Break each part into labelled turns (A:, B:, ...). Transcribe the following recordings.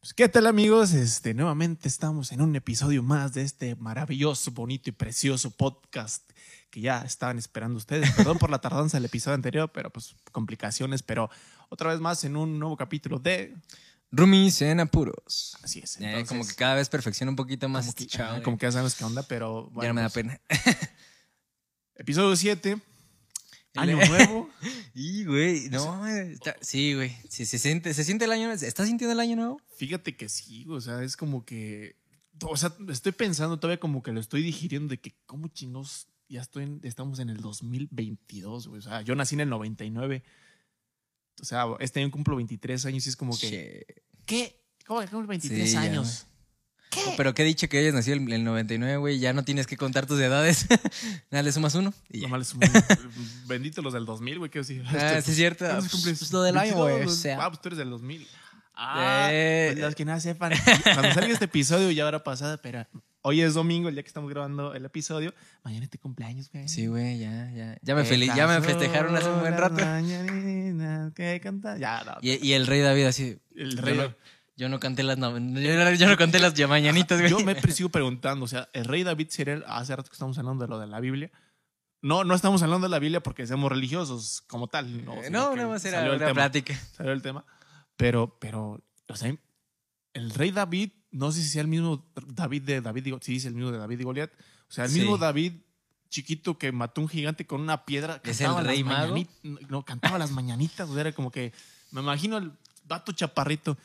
A: Pues, ¿Qué tal amigos? Este, nuevamente estamos en un episodio más de este maravilloso, bonito y precioso podcast que ya estaban esperando ustedes. Perdón por la tardanza del episodio anterior, pero pues complicaciones, pero otra vez más en un nuevo capítulo de...
B: Roomies en apuros.
A: Así es.
B: Ya,
A: entonces,
B: Eh, como que cada vez perfecciona un poquito más
A: como que- ah,
B: este chavo.
A: como que ya sabemos qué onda, pero
B: ya
A: bueno,
B: no me da
A: pues,
B: pena.
A: episodio 7, año nuevo.
B: Y, güey, no, está- sí, güey. Sí, se siente, se siente el año nuevo. ¿Estás sintiendo el año nuevo?
A: Fíjate que sí, o sea, es como que. O sea, estoy pensando todavía como que lo estoy digiriendo de que, ¿cómo chingos? Ya estoy en- estamos en el 2022, güey. O sea, yo nací en el 99. O sea, este año cumplo 23 años y es como que.
B: Che.
A: ¿Qué? ¿Cómo que cumplo 23
B: Sí, ya,
A: años?
B: Oh, pero qué dicho que hayas nacido en el 99, güey. Ya no tienes que contar tus edades. Nada, le sumas uno y ya.
A: Nomás le sumo un- Bendito los del 2000, güey. Que sí. este,
B: Ah, sí, es cierto.
A: ¿Cuántos cumples?
B: Pues lo del año, güey. O
A: 22,
B: sea,
A: Ah, pues tú eres del 2000. Ah,
B: Eh.
A: pues los que no sepan, cuando salga este episodio ya habrá pasado, pero hoy es domingo, el día que estamos grabando el episodio. Mañana es tu cumpleaños, güey.
B: sí, güey, ya, ya. Ya me, feliz, ya me festejaron hace un buen rato.
A: ¿Qué canta? Ya, no,
B: Y, y el rey David así.
A: el
B: yo
A: rey.
B: no- Yo no canté las nav- yo no- yo no conté las ya mañanitas, güey.
A: Yo me pre- sigo preguntando, o sea, el rey David sería, el- hace rato que estamos hablando de lo de la Biblia. No, no estamos hablando de la Biblia porque seamos religiosos como tal. No,
B: Eh,
A: sino
B: No,
A: que
B: nada más
A: salió
B: era
A: el
B: una
A: tema.
B: plática.
A: salió el tema. Pero, pero, o sea, el rey David, no sé si sea el mismo David de David, y Go- sí, es el mismo de David y Goliat. O sea, el
B: Sí.
A: mismo David chiquito que mató a un gigante con una piedra.
B: ¿Es
A: cantaba
B: el
A: las
B: rey mago?
A: mañani- No, cantaba las mañanitas, o sea, era como que, me imagino el vato chaparrito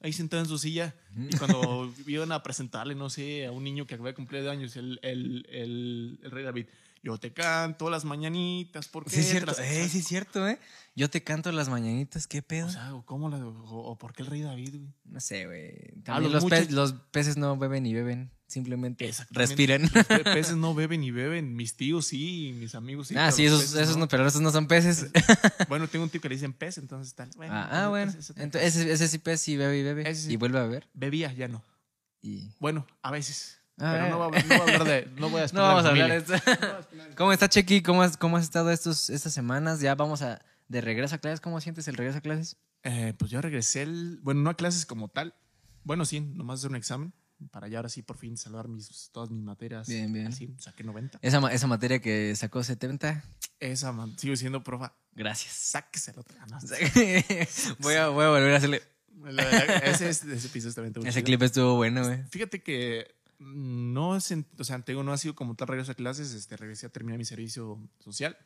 A: ahí sentado en su silla y cuando iban a presentarle, no sé, a un niño que acaba de cumplir de años, el, el, el, el rey David. Yo te canto las mañanitas porque...
B: Sí, es cierto,
A: tras-
B: eh, sí, es cierto, ¿eh? Yo te canto las mañanitas, qué pedo.
A: O sea, o ¿cómo la, o, o por qué el rey David, güey?
B: no sé,
A: a
B: güey.
A: los
B: También los, pe-
A: muchos-
B: los peces no beben y beben, simplemente
A: Exactamente. Los
B: respiran.
A: pe- peces no beben y beben. Mis tíos sí, y mis amigos sí.
B: ah,
A: pero
B: sí,
A: los
B: esos,
A: peces
B: esos no. pero esos no son peces.
A: Bueno, tengo un tío que le dicen pez, entonces tal. Bueno,
B: ah, ah, bueno.
A: entonces, eso-
B: Entonces, ese, ese sí pez sí bebe y bebe.
A: Ese sí.
B: Y vuelve a beber.
A: Bebía, ya no.
B: Y...
A: Bueno, a veces.
B: A
A: pero
B: ver.
A: no, va- no voy a hablar de. No voy a
B: No
A: spoiler
B: vamos
A: mi
B: a hablar de
A: familia.
B: esto. ¿Cómo está, Chequi? ¿Cómo has, cómo has estado estos, estas semanas? Ya vamos a... De regreso a clases, ¿cómo sientes el regreso a clases?
A: Eh, pues yo regresé, el, bueno, no a clases como tal. Bueno, sí, nomás hacer un examen. Para ya ahora sí, por fin, salvar mis, todas mis materias.
B: Bien, bien.
A: Así, saqué 90.
B: Esa, ma- esa materia que sacó 70,
A: Esa, man, sigo siendo profa.
B: gracias.
A: Sáquese el otro.
B: voy, a, voy a volver a hacerle.
A: Ese, ese, ese episodio está bien, está muy
B: Ese
A: chido.
B: clip estuvo bueno, güey.
A: Fíjate que mm, no es, en- o sea, te digo, no ha sido como tal regreso a clases, este, regresé a terminar mi servicio social.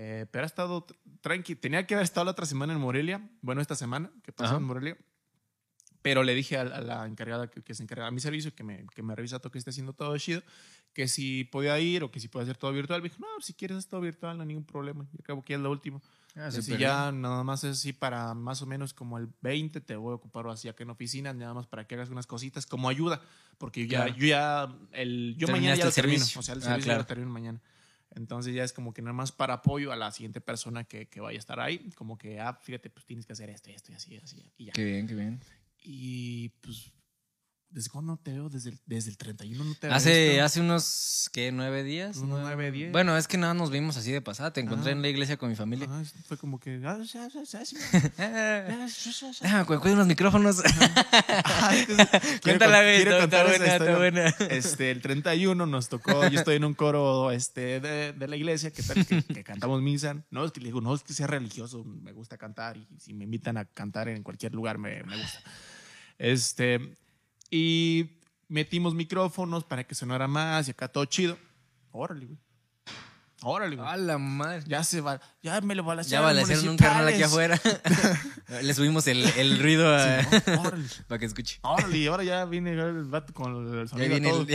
A: Eh, pero ha estado tr- tranqui. Tenía que haber estado la otra semana en Morelia, bueno, esta semana que pasó
B: Ajá.
A: en Morelia. Pero le dije a, la- a la encargada que, que se encarga de mi servicio, que me, que me revisa todo que esté haciendo todo chido, que si podía ir o que si podía hacer todo virtual. Me dijo, no, si quieres hacer todo virtual, no hay ningún problema. Yo acabo que ya es lo último. Así ya nada más es así para más o menos como el 20 te voy a ocupar o así acá en oficinas, nada más para que hagas unas cositas como ayuda, porque ya,
B: Claro.
A: yo ya, el, yo mañana
B: Terminaste
A: ya
B: el
A: lo termino,
B: servicio.
A: o sea, el
B: Ah,
A: servicio ya
B: claro.
A: lo termino mañana. Entonces ya es como que nada más para apoyo a la siguiente persona que, que vaya a estar ahí, como que, ah, fíjate, pues tienes que hacer esto y esto y así, así, y ya.
B: Qué bien, qué bien.
A: Y pues, ¿desde cuándo no te veo? Desde el, desde el 31 no te veo.
B: Hace, hace unos, ¿qué? ¿Nueve días?
A: Unos nueve, diez.
B: Bueno, es que nada, nos vimos así de pasada. Te encontré
A: Ah.
B: en la iglesia con mi familia.
A: fue como que... ah, ya, ya, ya, ya,
B: Ah,
A: ya, ya, ya.
B: Déjame, Ah, cu- cuida los micrófonos.
A: Ay, entonces, quiero
B: Cuéntala,
A: con-
B: güey.
A: quiero
B: Está,
A: contar esa
B: está buena, está
A: historia.
B: buena.
A: Este, el 31 nos tocó, yo estoy en un coro este, de, de la iglesia que, tal, que, que cantamos misa. No, es que le digo, no, es que sea religioso, me gusta cantar y si me invitan a cantar en cualquier lugar me, me gusta. Este, y metimos micrófonos para que sonara más y acá todo chido. Órale, güey. Órale, güey.
B: A la madre.
A: Ya se va, ya me lo va a
B: Ya balacearon un carnal aquí afuera. Le subimos el, el ruido a-
A: órale.
B: para que escuche.
A: Órale, y ahora ya viene el vato con el
B: Ya
A: sonido
B: viene,
A: todo.
B: el-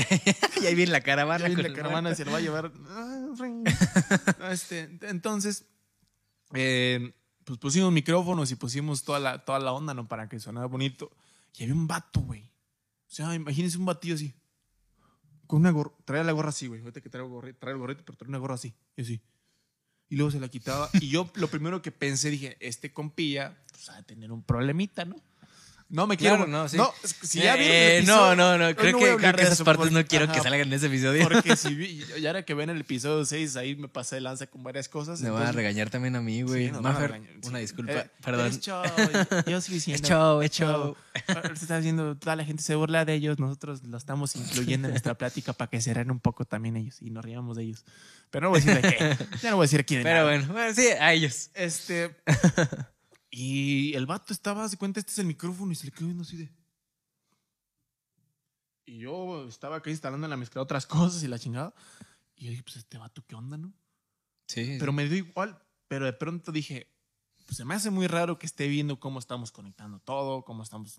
B: ya viene la caravana.
A: Ya viene
B: con
A: la
B: el-
A: caravana se la va a llevar. Ah, ring. Este, entonces, eh, pues pusimos micrófonos y pusimos toda la, toda la onda, ¿no? Para que sonara bonito. Y había un vato, güey. O sea, imagínense un batillo así. Con una gorra. Traía la gorra así, güey. Ahorita que traigo gorri- trae el gorrito, pero trae una gorra así. Y así. Y luego se la quitaba. Y yo lo primero que pensé, dije, este compilla, pues va a tener un problemita, ¿no? No me quiero.
B: Claro,
A: no,
B: no, sí.
A: si ya
B: Eh,
A: vieron
B: eh,
A: el episodio,
B: no, no, no. Creo
A: no voy a
B: que, creo
A: hablar
B: que
A: de
B: esas
A: eso,
B: partes
A: porque-
B: no quiero
A: ajá,
B: que salgan en ese episodio.
A: Porque si vi, y ahora que ven el episodio 6, ahí me pasé de lanza con varias cosas.
B: Me van a regañar también a mí, güey.
A: pues nos van a
B: Mafer,
A: regañar, sí.
B: una disculpa.
A: Eh,
B: Perdón. Eh,
A: Es show. Yo sigo
B: Es
A: diciendo. eh,
B: show, es show.
A: Ahora Se está haciendo, toda la gente se burla de ellos. Nosotros lo estamos incluyendo en nuestra plática para que se rían un poco también ellos y nos riamos de ellos. Pero no voy a decir de qué. Ya no voy a decir quién.
B: Pero bueno, bueno, sí, a ellos.
A: Este. Y el vato estaba, se cuenta, este es el micrófono y se le quedó viendo así de. Y yo estaba acá instalando en la mezcla otras cosas y la chingada. Y yo dije, pues este vato, ¿qué onda, no?
B: Sí.
A: Pero me dio igual. Pero de pronto dije, pues se me hace muy raro que esté viendo cómo estamos conectando todo, cómo estamos.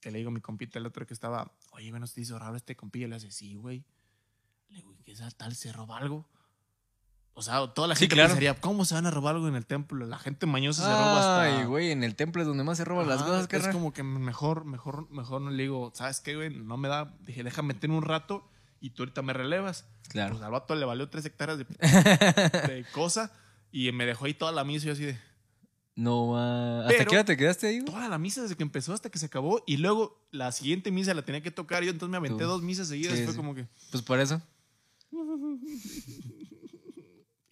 A: Que le digo a mi compita, el otro que estaba, oye, bueno, te hizo raro este compilla. Le hace, sí, güey. Le digo, ¿y qué es tal? ¿Se roba algo? O sea, toda la
B: Sí,
A: gente
B: claro.
A: pensaría, ¿cómo se van a robar algo en el templo? La gente mañosa Pues se roba hasta.
B: Ay, güey, en el templo es donde más se roban las
A: Ajá,
B: cosas,
A: Es
B: carnal.
A: como que mejor, mejor, mejor no le digo, ¿sabes qué, güey? No me da. Dije, déjame tener un rato y tú ahorita me relevas. Pues
B: Claro.
A: al vato le valió tres hectáreas de, de cosa y me dejó ahí toda la misa y yo así de...
B: No, ah, ¿hasta
A: Pero-
B: qué hora te quedaste ahí, güey?
A: Toda la misa desde que empezó hasta que se acabó y luego la siguiente misa la tenía que tocar yo, entonces me aventé
B: Tú.
A: dos misas seguidas
B: Sí,
A: fue
B: sí.
A: como que...
B: Pues por eso.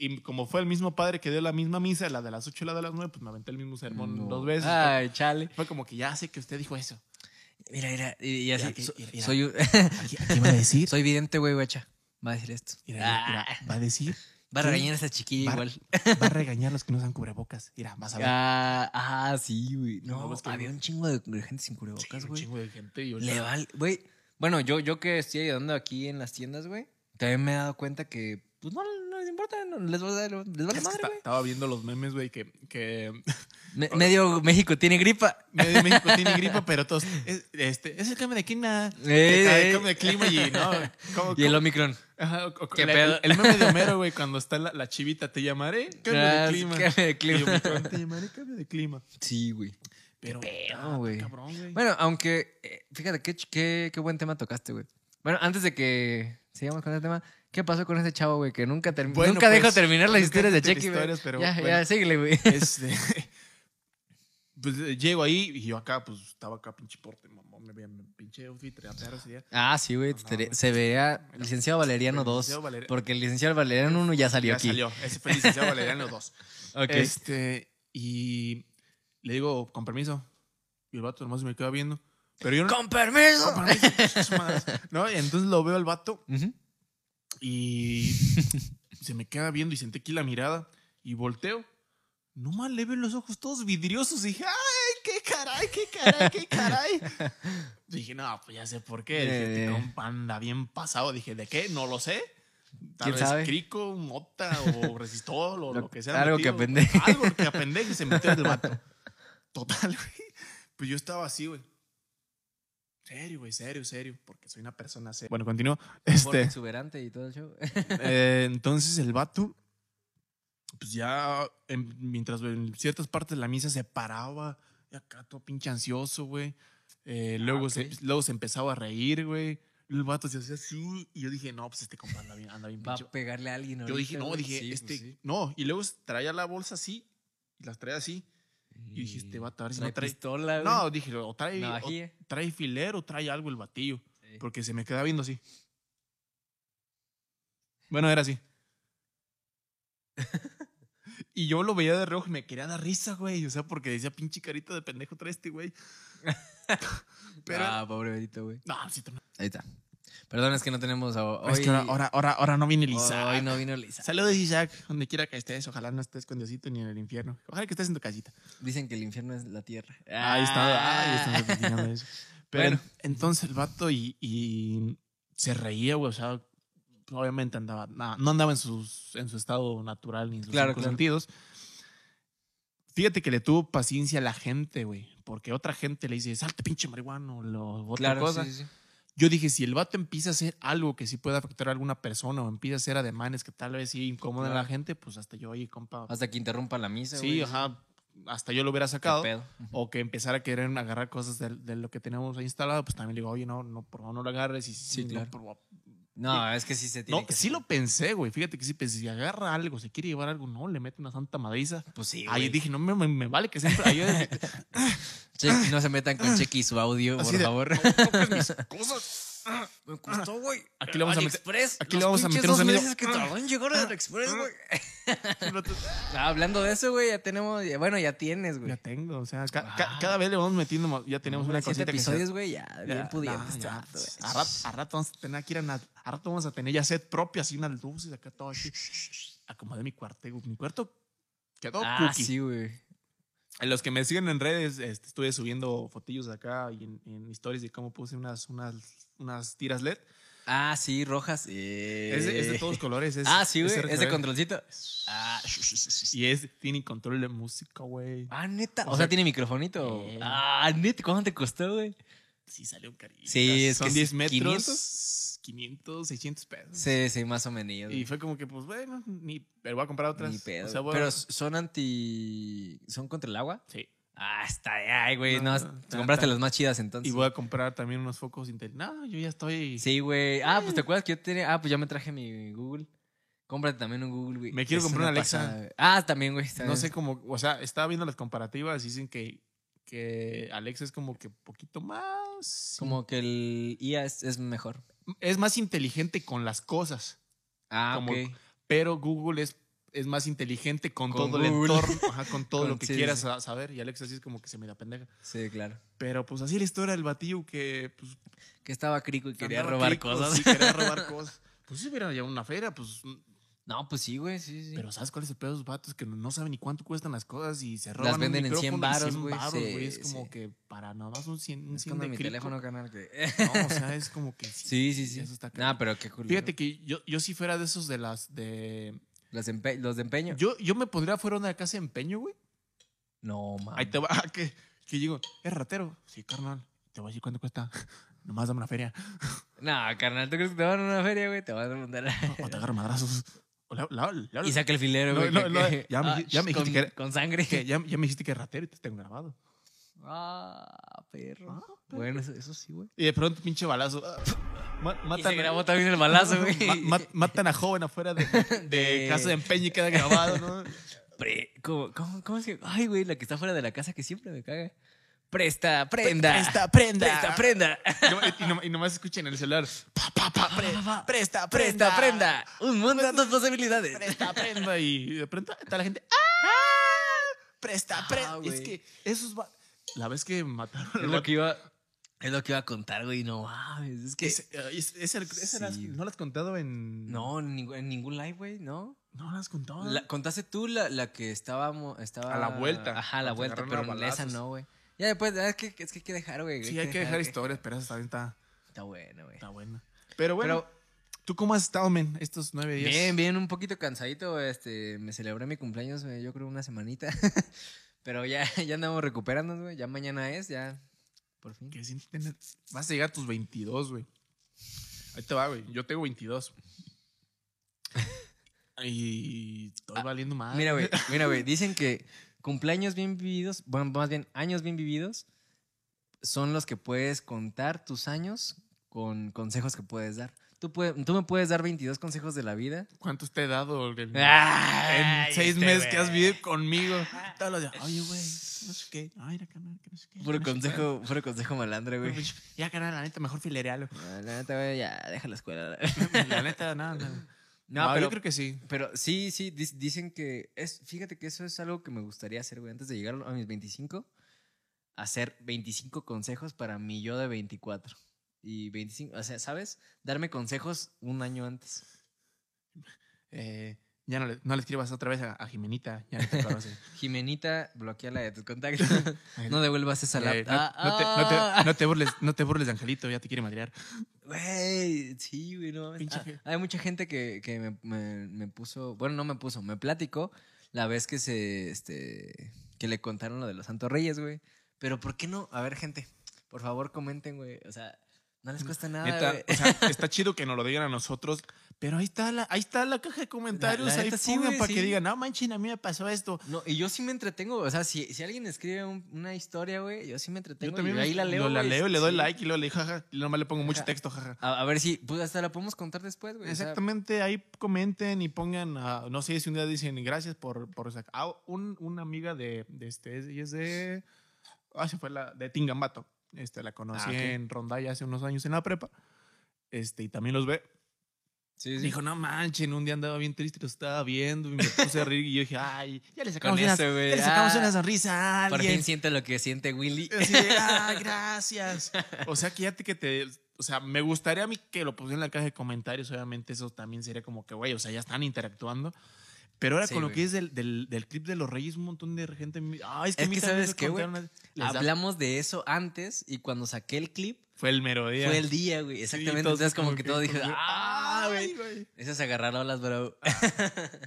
A: Y como fue el mismo padre que dio la misma misa, la de las ocho y la de las nueve, pues me aventé el mismo sermón
B: No.
A: dos veces.
B: Ay, chale.
A: Fue como que ya sé que usted dijo eso.
B: Mira, mira, y, y ah. así.
A: Mira que-
B: so-
A: mira, mira.
B: soy, un-
A: Aquí, aquí va a decir...
B: soy vidente, güey, guacha. Va a decir esto.
A: Mira, mira,
B: Ah,
A: va a decir...
B: va a
A: ¿qué?
B: regañar a esa chiquilla
A: Va-
B: igual.
A: Va a regañar a los que no usan cubrebocas. Mira, vas a ver.
B: Ah, ah, sí, güey. No,
A: No, es que-
B: había un chingo de de gente
A: Sí,
B: sin cubrebocas,
A: un
B: güey.
A: chingo de gente. y yo-
B: Le vale, güey. Bueno, yo, yo que estoy ayudando aquí en las tiendas, güey, también me he dado cuenta que, pues no, no les importa, no, les, va a dar- les
A: Es
B: vale
A: que
B: madre,
A: esta-
B: güey.
A: estaba viendo los memes, güey, que, que
B: Me- medio México tiene gripa.
A: medio México tiene gripa, pero todos. Es, este, es el cambio de clima.
B: Eh,
A: Acá el
B: eh.
A: cambio de clima y no. ¿Cómo-
B: Y el
A: cómo?
B: Omicron.
A: Ajá, o- o-
B: ¿Qué
A: la-
B: pedo?
A: El meme de Homero, güey, cuando está la, la chivita, te llamaré. Cambio
B: Ah,
A: de clima.
B: cambio de clima.
A: Y Omicron, te llamaré cambio de clima.
B: Sí, güey.
A: Pero.
B: pedo,
A: ah,
B: güey.
A: Cabrón, güey.
B: Bueno, aunque, eh, fíjate, qué, ch- qué, qué buen tema tocaste, güey. Bueno, antes de que sigamos con ese tema, ¿qué pasó con ese chavo, güey? Que nunca, termi-
A: Bueno,
B: nunca
A: pues,
B: dejo terminar las
A: nunca
B: historias de
A: dejo
B: Chequi, güey.
A: historias, pero
B: ya,
A: bueno.
B: ya, síguele, güey.
A: Este, pues eh, llego ahí y yo acá, pues estaba acá, pinche porte, mamón, me veía, me pinche outfit, traía perros y ya.
B: Ah, sí, güey.
A: No,
B: te-
A: güey.
B: se veía licenciado Valeriano
A: Pero el
B: 2.
A: licenciado Valer-
B: Porque el licenciado Valeriano 1 ya salió
A: Ya
B: aquí.
A: salió. Ese fue el licenciado Valeriano 2.
B: Ok.
A: Este, y le digo, con permiso. Y el vato nomás me queda viendo. Pero yo no.
B: ¡Con permiso!
A: Con permiso, sus madres. ¿No? Y entonces lo veo al vato
B: Ujú.
A: y se me queda viendo y senté aquí la mirada y volteo. No más le veo los ojos todos vidriosos. Y dije, ¡ay, qué caray, qué caray, qué caray! dije, no, pues ya sé por qué.
B: Eh.
A: Dije, un panda bien pasado. Dije, ¿de qué? No lo sé. Tal
B: ¿Quién
A: vez
B: sabe?
A: crico, mota o resistol o
B: Lo-
A: lo, que sea.
B: algo que
A: aprende
B: apendeje.
A: Algo que apendeje y se metió el vato. Total, güey. Pues yo estaba así, güey. Serio, güey, serio, serio. Porque soy una persona seria. Bueno, continúo.
B: Por
A: Este.
B: exuberante y todo el show.
A: Eh, entonces el vato, pues ya en- mientras en ciertas partes de la misa se paraba, y acá todo pinche ansioso, güey. Eh, luego,
B: Ah, ok.
A: se, luego se empezaba a reír, güey. El vato se hacía así y yo dije, no, pues este compa anda bien, anda bien
B: Va
A: pinche.
B: a pegarle a alguien
A: Yo
B: ahorita,
A: dije, no,
B: güey.
A: dije,
B: Sí, pues
A: este,
B: sí.
A: no. Y luego traía la bolsa así, y las traía así. Y dije, este vato, a ver si no trae-
B: pistola, güey. Ah,
A: No, dije, o trae, o
B: Navajilla.
A: trae filero, trae algo el batillo.
B: Sí.
A: Porque se me queda viendo así. Bueno, era así. y yo lo veía de rojo y me quería dar risa, güey. O sea, porque decía, pinche carita de pendejo trae este, güey. Pero.
B: Ah, pobre Benito, güey.
A: No, sí, no.
B: Ahí está. Perdón, es que no tenemos a- hoy.
A: Es que ahora, ahora, ahora, ahora no viene el
B: Hoy
A: Isaac.
B: no vino Lisa.
A: Saludos, Isaac, donde quiera que estés. Ojalá no estés con Diosito ni en el infierno. Ojalá que estés en tu casita.
B: Dicen que el infierno es la tierra.
A: Ahí está, ahí está repitiendo eso. Pero
B: Ah. Bueno.
A: en- entonces el vato y, y se reía, güey, o sea, obviamente andaba, na- no andaba en, sus, en su estado natural ni en sus
B: Claro,
A: cinco
B: claro.
A: sentidos. Fíjate que le tuvo paciencia a la gente, güey, porque otra gente le dice, salte pinche marihuano, lo, otra
B: Claro,
A: cosa.
B: sí, sí, sí.
A: Yo dije, si el vato empieza a hacer algo que sí pueda afectar a alguna persona o empieza a hacer ademanes que tal vez sí incomodan a la
B: Claro.
A: gente, pues hasta yo, oye, compa,
B: Hasta que interrumpa la misa,
A: sí,
B: güey.
A: ajá, hasta yo lo hubiera
B: Qué
A: sacado
B: pedo.
A: o que empezara a querer agarrar cosas de, de lo que tenemos ahí instalado, pues también le digo, oye, no, no, por favor no lo agarres y si
B: Sí,
A: no,
B: claro.
A: por favor,
B: No, es que sí se tiene
A: No,
B: que
A: sí
B: hacer.
A: lo pensé, güey. Fíjate que sí pensé, si agarra algo, se quiere llevar algo, no, le mete una santa madriza.
B: Pues sí,
A: Ahí
B: güey.
A: dije, no me, me- me vale que siempre. Ahí,
B: Che- no se metan con Chequi y su audio, por
A: Así de-
B: favor.
A: cosas.
B: Me costó, güey.
A: Aquí le vamos a meter-
B: AliExpress,
A: aquí
B: los
A: le vamos a
B: pinches
A: meter un
B: dos
A: sonido.
B: meses que tardó en llegar a AliExpress, güey.
A: ya
B: Ah, hablando de eso, güey, ya tenemos... ya- Bueno, ya tienes, güey.
A: tengo, o sea, ca-
B: Wow.
A: ca- cada vez le vamos metiendo más. Ya tenemos una
B: Siete
A: cosita que
B: episodios, güey, ya,
A: se-
B: bien
A: Ya,
B: pudiendo.
A: nah,
B: este
A: ya, Ah,
B: vato, güey.
A: a, rato, a rato vamos a tener que ir a, na- a rato vamos a tener ya set propia, así unas luces acá todo así. Acomodé mi cuarto, mi cuarto quedó
B: Ah,
A: cookie.
B: sí, güey.
A: En los que me siguen en redes, este, estuve subiendo fotillos acá y en, en stories de cómo puse unas, unas, unas tiras LED.
B: Ah, sí, rojas. eh.
A: Es, de, es de todos colores. es-
B: Ah, sí, güey. Es de
A: RGB.
B: controlcito. Ah,
A: Y es, tiene control de música, güey.
B: ah, neta.
A: O
B: O sea,
A: sea,
B: tiene microfonito.
A: eh.
B: Ah, neta. ¿Cuánto te costó, güey?
A: Sí, salió cariño.
B: Sí, es
A: Son
B: que
A: 10
B: sí,
A: metros.
B: 500.
A: 500, 600 pesos.
B: Sí, sí, más o menos.
A: Y fue como que, pues bueno, ni, pero voy a comprar otras.
B: Ni pedo.
A: O sea, voy a-
B: Pero son anti. ¿Son contra el agua?
A: sí.
B: Ah, está de ay, güey. No,
A: No,
B: has-
A: no,
B: te compraste
A: no.
B: las más chidas entonces.
A: Y voy a comprar también unos focos inteligentes. No, yo ya estoy.
B: Sí, güey. Ah, pues te acuerdas que yo tenía. Ah, pues ya me traje mi Google. Cómprate también un Google, güey.
A: Me quiero comprar una Alexa.
B: güey. ah, también, güey. está
A: No
B: bien.
A: sé cómo, o sea, estaba viendo las comparativas y dicen que, que Alexa es como que poquito más.
B: Como que el IA es, es mejor.
A: Es más inteligente con las cosas,
B: Ah,
A: Como-
B: ok.
A: pero Google es, es más inteligente con,
B: Con
A: todo el
B: Google.
A: entorno, ajá, con todo
B: Con-
A: lo que
B: sí,
A: quieras
B: sí.
A: sa- saber. Y Alexa sí es como que se me da pendeja.
B: Sí, claro.
A: Pero pues así la historia del batillo que pues,
B: Que estaba crico y quería
A: andaba
B: robar
A: crico,
B: cosas.
A: Sí, quería robar cosas. Pues sí, hubiera ya una feria, pues. mm,
B: No, pues sí, güey, sí, sí.
A: Pero ¿sabes cuál es el pedo de los vatos? Que no- no saben ni cuánto cuestan las cosas y se roban.
B: Las
A: un
B: venden en 100
A: micrófono y
B: varos, güey,
A: varos,
B: sí,
A: güey. Es como
B: sí.
A: que para nada más un 100, un
B: es
A: 100
B: como
A: de
B: mi
A: crico.
B: teléfono, canal. Que...
A: No, o sea, es como que.
B: sí, sí, sí.
A: Eso está
B: Nah,
A: cabrón.
B: pero qué culero.
A: Fíjate que yo, yo si fuera de esos de las de.
B: Las empe- los de empeño.
A: Yo, yo me pondría fuera de una casa de empeño, güey.
B: No, mames.
A: Ahí te va, ah, que, que digo, es ratero. Sí, carnal. Te voy a decir cuánto cuesta. Nomás dame una feria.
B: No, carnal, ¿tú crees que te van a una feria, güey? Te van a preguntar.
A: O, o te agarro madrazos. O le- le- le- le-
B: y saca el filero,
A: No,
B: güey.
A: no,
B: que-
A: no,
B: que- Ah,
A: ya me dij- ya me
B: con,
A: dijiste que era-
B: con sangre.
A: que ya, ya me dijiste que es ratero y te tengo grabado.
B: Ah, perro.
A: Ah, perro.
B: Bueno, eso, eso sí, güey.
A: Y de pronto, pinche balazo. Ah, ma-
B: Y se
A: matan,
B: grabó también el balazo, güey.
A: ma- ma- matan a joven afuera de, de
B: De-
A: casa de empeño y queda grabado, ¿no?
B: Pre- ¿Cómo, cómo, cómo es que...? Ay, güey, la que está fuera de la casa que siempre me caga. Presta, prenda.
A: Presta, prenda.
B: Presta, prenda.
A: Y no- y, no- y nomás escuchen el celular. Pa, pa, pa, pre- presta,
B: Presta, prenda. Un mundo de dos posibilidades.
A: Presta, prenda. Y de pronto está la gente. ¡Ah! Presta,
B: Ah,
A: prenda.
B: güey.
A: es que esos va- La vez que mataron al
B: Es lo
A: vato,
B: que iba, es lo que iba a contar, güey. No mames. Es que.
A: ese- eh, ese- ese- ese las-
B: Sí.
A: ¿No lo has contado en.?
B: No, en ningún, en ningún live, güey, ¿no?
A: No lo has contado.
B: La- contaste tú la, la que estábamos. Estaba,
A: Ah. A la vuelta,
B: Ajá, a la
A: cuando
B: vuelta,
A: agarraron
B: pero
A: a
B: en esa
A: balazos.
B: no, güey. Ya después, ah, es que, es que hay que dejar, güey.
A: sí, hay que dejar
B: esto.
A: historias, pero esa también está,
B: Está bueno, güey.
A: está buena. Pero bueno, ¿tú cómo has estado, men, estos nueve días?
B: Bien, bien, un poquito cansadito. Este, me celebré mi cumpleaños, güey, yo creo una semanita. pero ya, ya andamos recuperándonos, güey. Ya mañana es, ya. Por fin.
A: Que sin tener- Vas a llegar a tus 22, güey. Ahí te va, güey. Yo tengo 22. y estoy valiendo más.
B: Mira, güey, mira, güey, dicen que cumpleaños bien vividos, bueno, más bien años bien vividos, son los que puedes contar tus años con consejos que puedes dar. Tú, puede- tú me puedes dar 22 consejos de la vida.
A: ¿Cuántos te he dado en,
B: Ay,
A: en seis
B: este
A: meses que has
B: güey.
A: vivido conmigo? Todos los días, oye, güey, no sé qué. Ay, mira, carnal, que no sé qué.
B: Puro
A: no sé
B: consejo, puro consejo malandro,
A: qué.
B: güey.
A: Ya, carnal, la neta, mejor filerealo.
B: No, la neta, güey, ya, deja la escuela.
A: La neta, nada, nada.
B: No, pero,
A: yo creo que sí.
B: pero sí, sí, dis- dicen que es, fíjate que eso es algo que me gustaría hacer, güey, antes de llegar a mis 25, hacer 25 consejos para mi yo de 24. Y 25, o sea, ¿sabes? Darme consejos un año antes.
A: Eh, ya no le, no le escribas otra vez a, a Jimenita, ya no te conoce.
B: Jimenita, bloquea la de tus contactos. no ah, devuelvas esa
A: Eh,
B: laptop.
A: no, no te, no, te, no te burles, no te burles de Angelito, ya te quiere madrear.
B: Güey, sí, güey, no mames.
A: Pinche
B: Ah,
A: je-
B: hay mucha gente que, que me, me- me puso, bueno, no me puso, me platicó la vez que se, este, que le contaron lo de los Santos Reyes, güey. Pero ¿por qué no? A ver, gente, por favor comenten, güey. O sea, no les cuesta nada.
A: Neta,
B: Ah, güey.
A: o sea, está chido que nos lo digan a nosotros, Pero ahí está la, ahí está la caja de comentarios.
B: La- la
A: ahí
B: neta sí,
A: pongan
B: güey,
A: para que
B: sí.
A: digan, no manchen, a mí me pasó esto.
B: No, y yo sí me entretengo, o sea, si, si alguien escribe un- una historia, güey, yo sí me entretengo.
A: Yo también
B: y ahí la leo.
A: lo- la
B: güey,
A: leo y le doy
B: sí.
A: like y luego le digo, jaja. Y nomás le pongo mucho
B: Ajá.
A: texto, jaja.
B: A, a ver si, pues hasta la podemos contar después, güey. o sea,
A: Exactamente, ahí comenten y pongan, ah, no sé si un día dicen gracias por, por sac- ah, un- una amiga de, de este, es- y es de, ah, se fue la, de Tingambato, este, la conocí
B: Ah, ok.
A: en Rondalla hace unos años en la prepa, este, y también los ve,
B: sí, sí.
A: dijo, no manchen, un día andaba bien triste, los estaba viendo, y me puse a reír, y yo dije, ay, ya le sacamos,
B: Con
A: una,
B: eso, güey,
A: ya le sacamos
B: ah,
A: una sonrisa a
B: por
A: alguien.
B: fin siente lo que siente Willy.
A: Así de, ah, gracias. O sea, que ya te, que te. O sea, me gustaría a mí que lo pusieran en la caja de comentarios. Obviamente, eso también sería como que, güey, o sea, ya están interactuando. Pero ahora
B: Sí,
A: con lo
B: güey.
A: que es del, del, del clip de los Reyes, un montón de gente. me- Ay, es que,
B: Es
A: a mí
B: que,
A: también
B: ¿sabes
A: me
B: qué, güey?
A: contaron- les da-
B: Hablamos de eso antes y cuando saqué el clip
A: Fue el mero día.
B: fue el día, güey. Exactamente.
A: Sí, todos
B: Entonces, como que todo dije,
A: como que,
B: ah,
A: ay,
B: güey.
A: güey.
B: Esas agarrar olas, bro.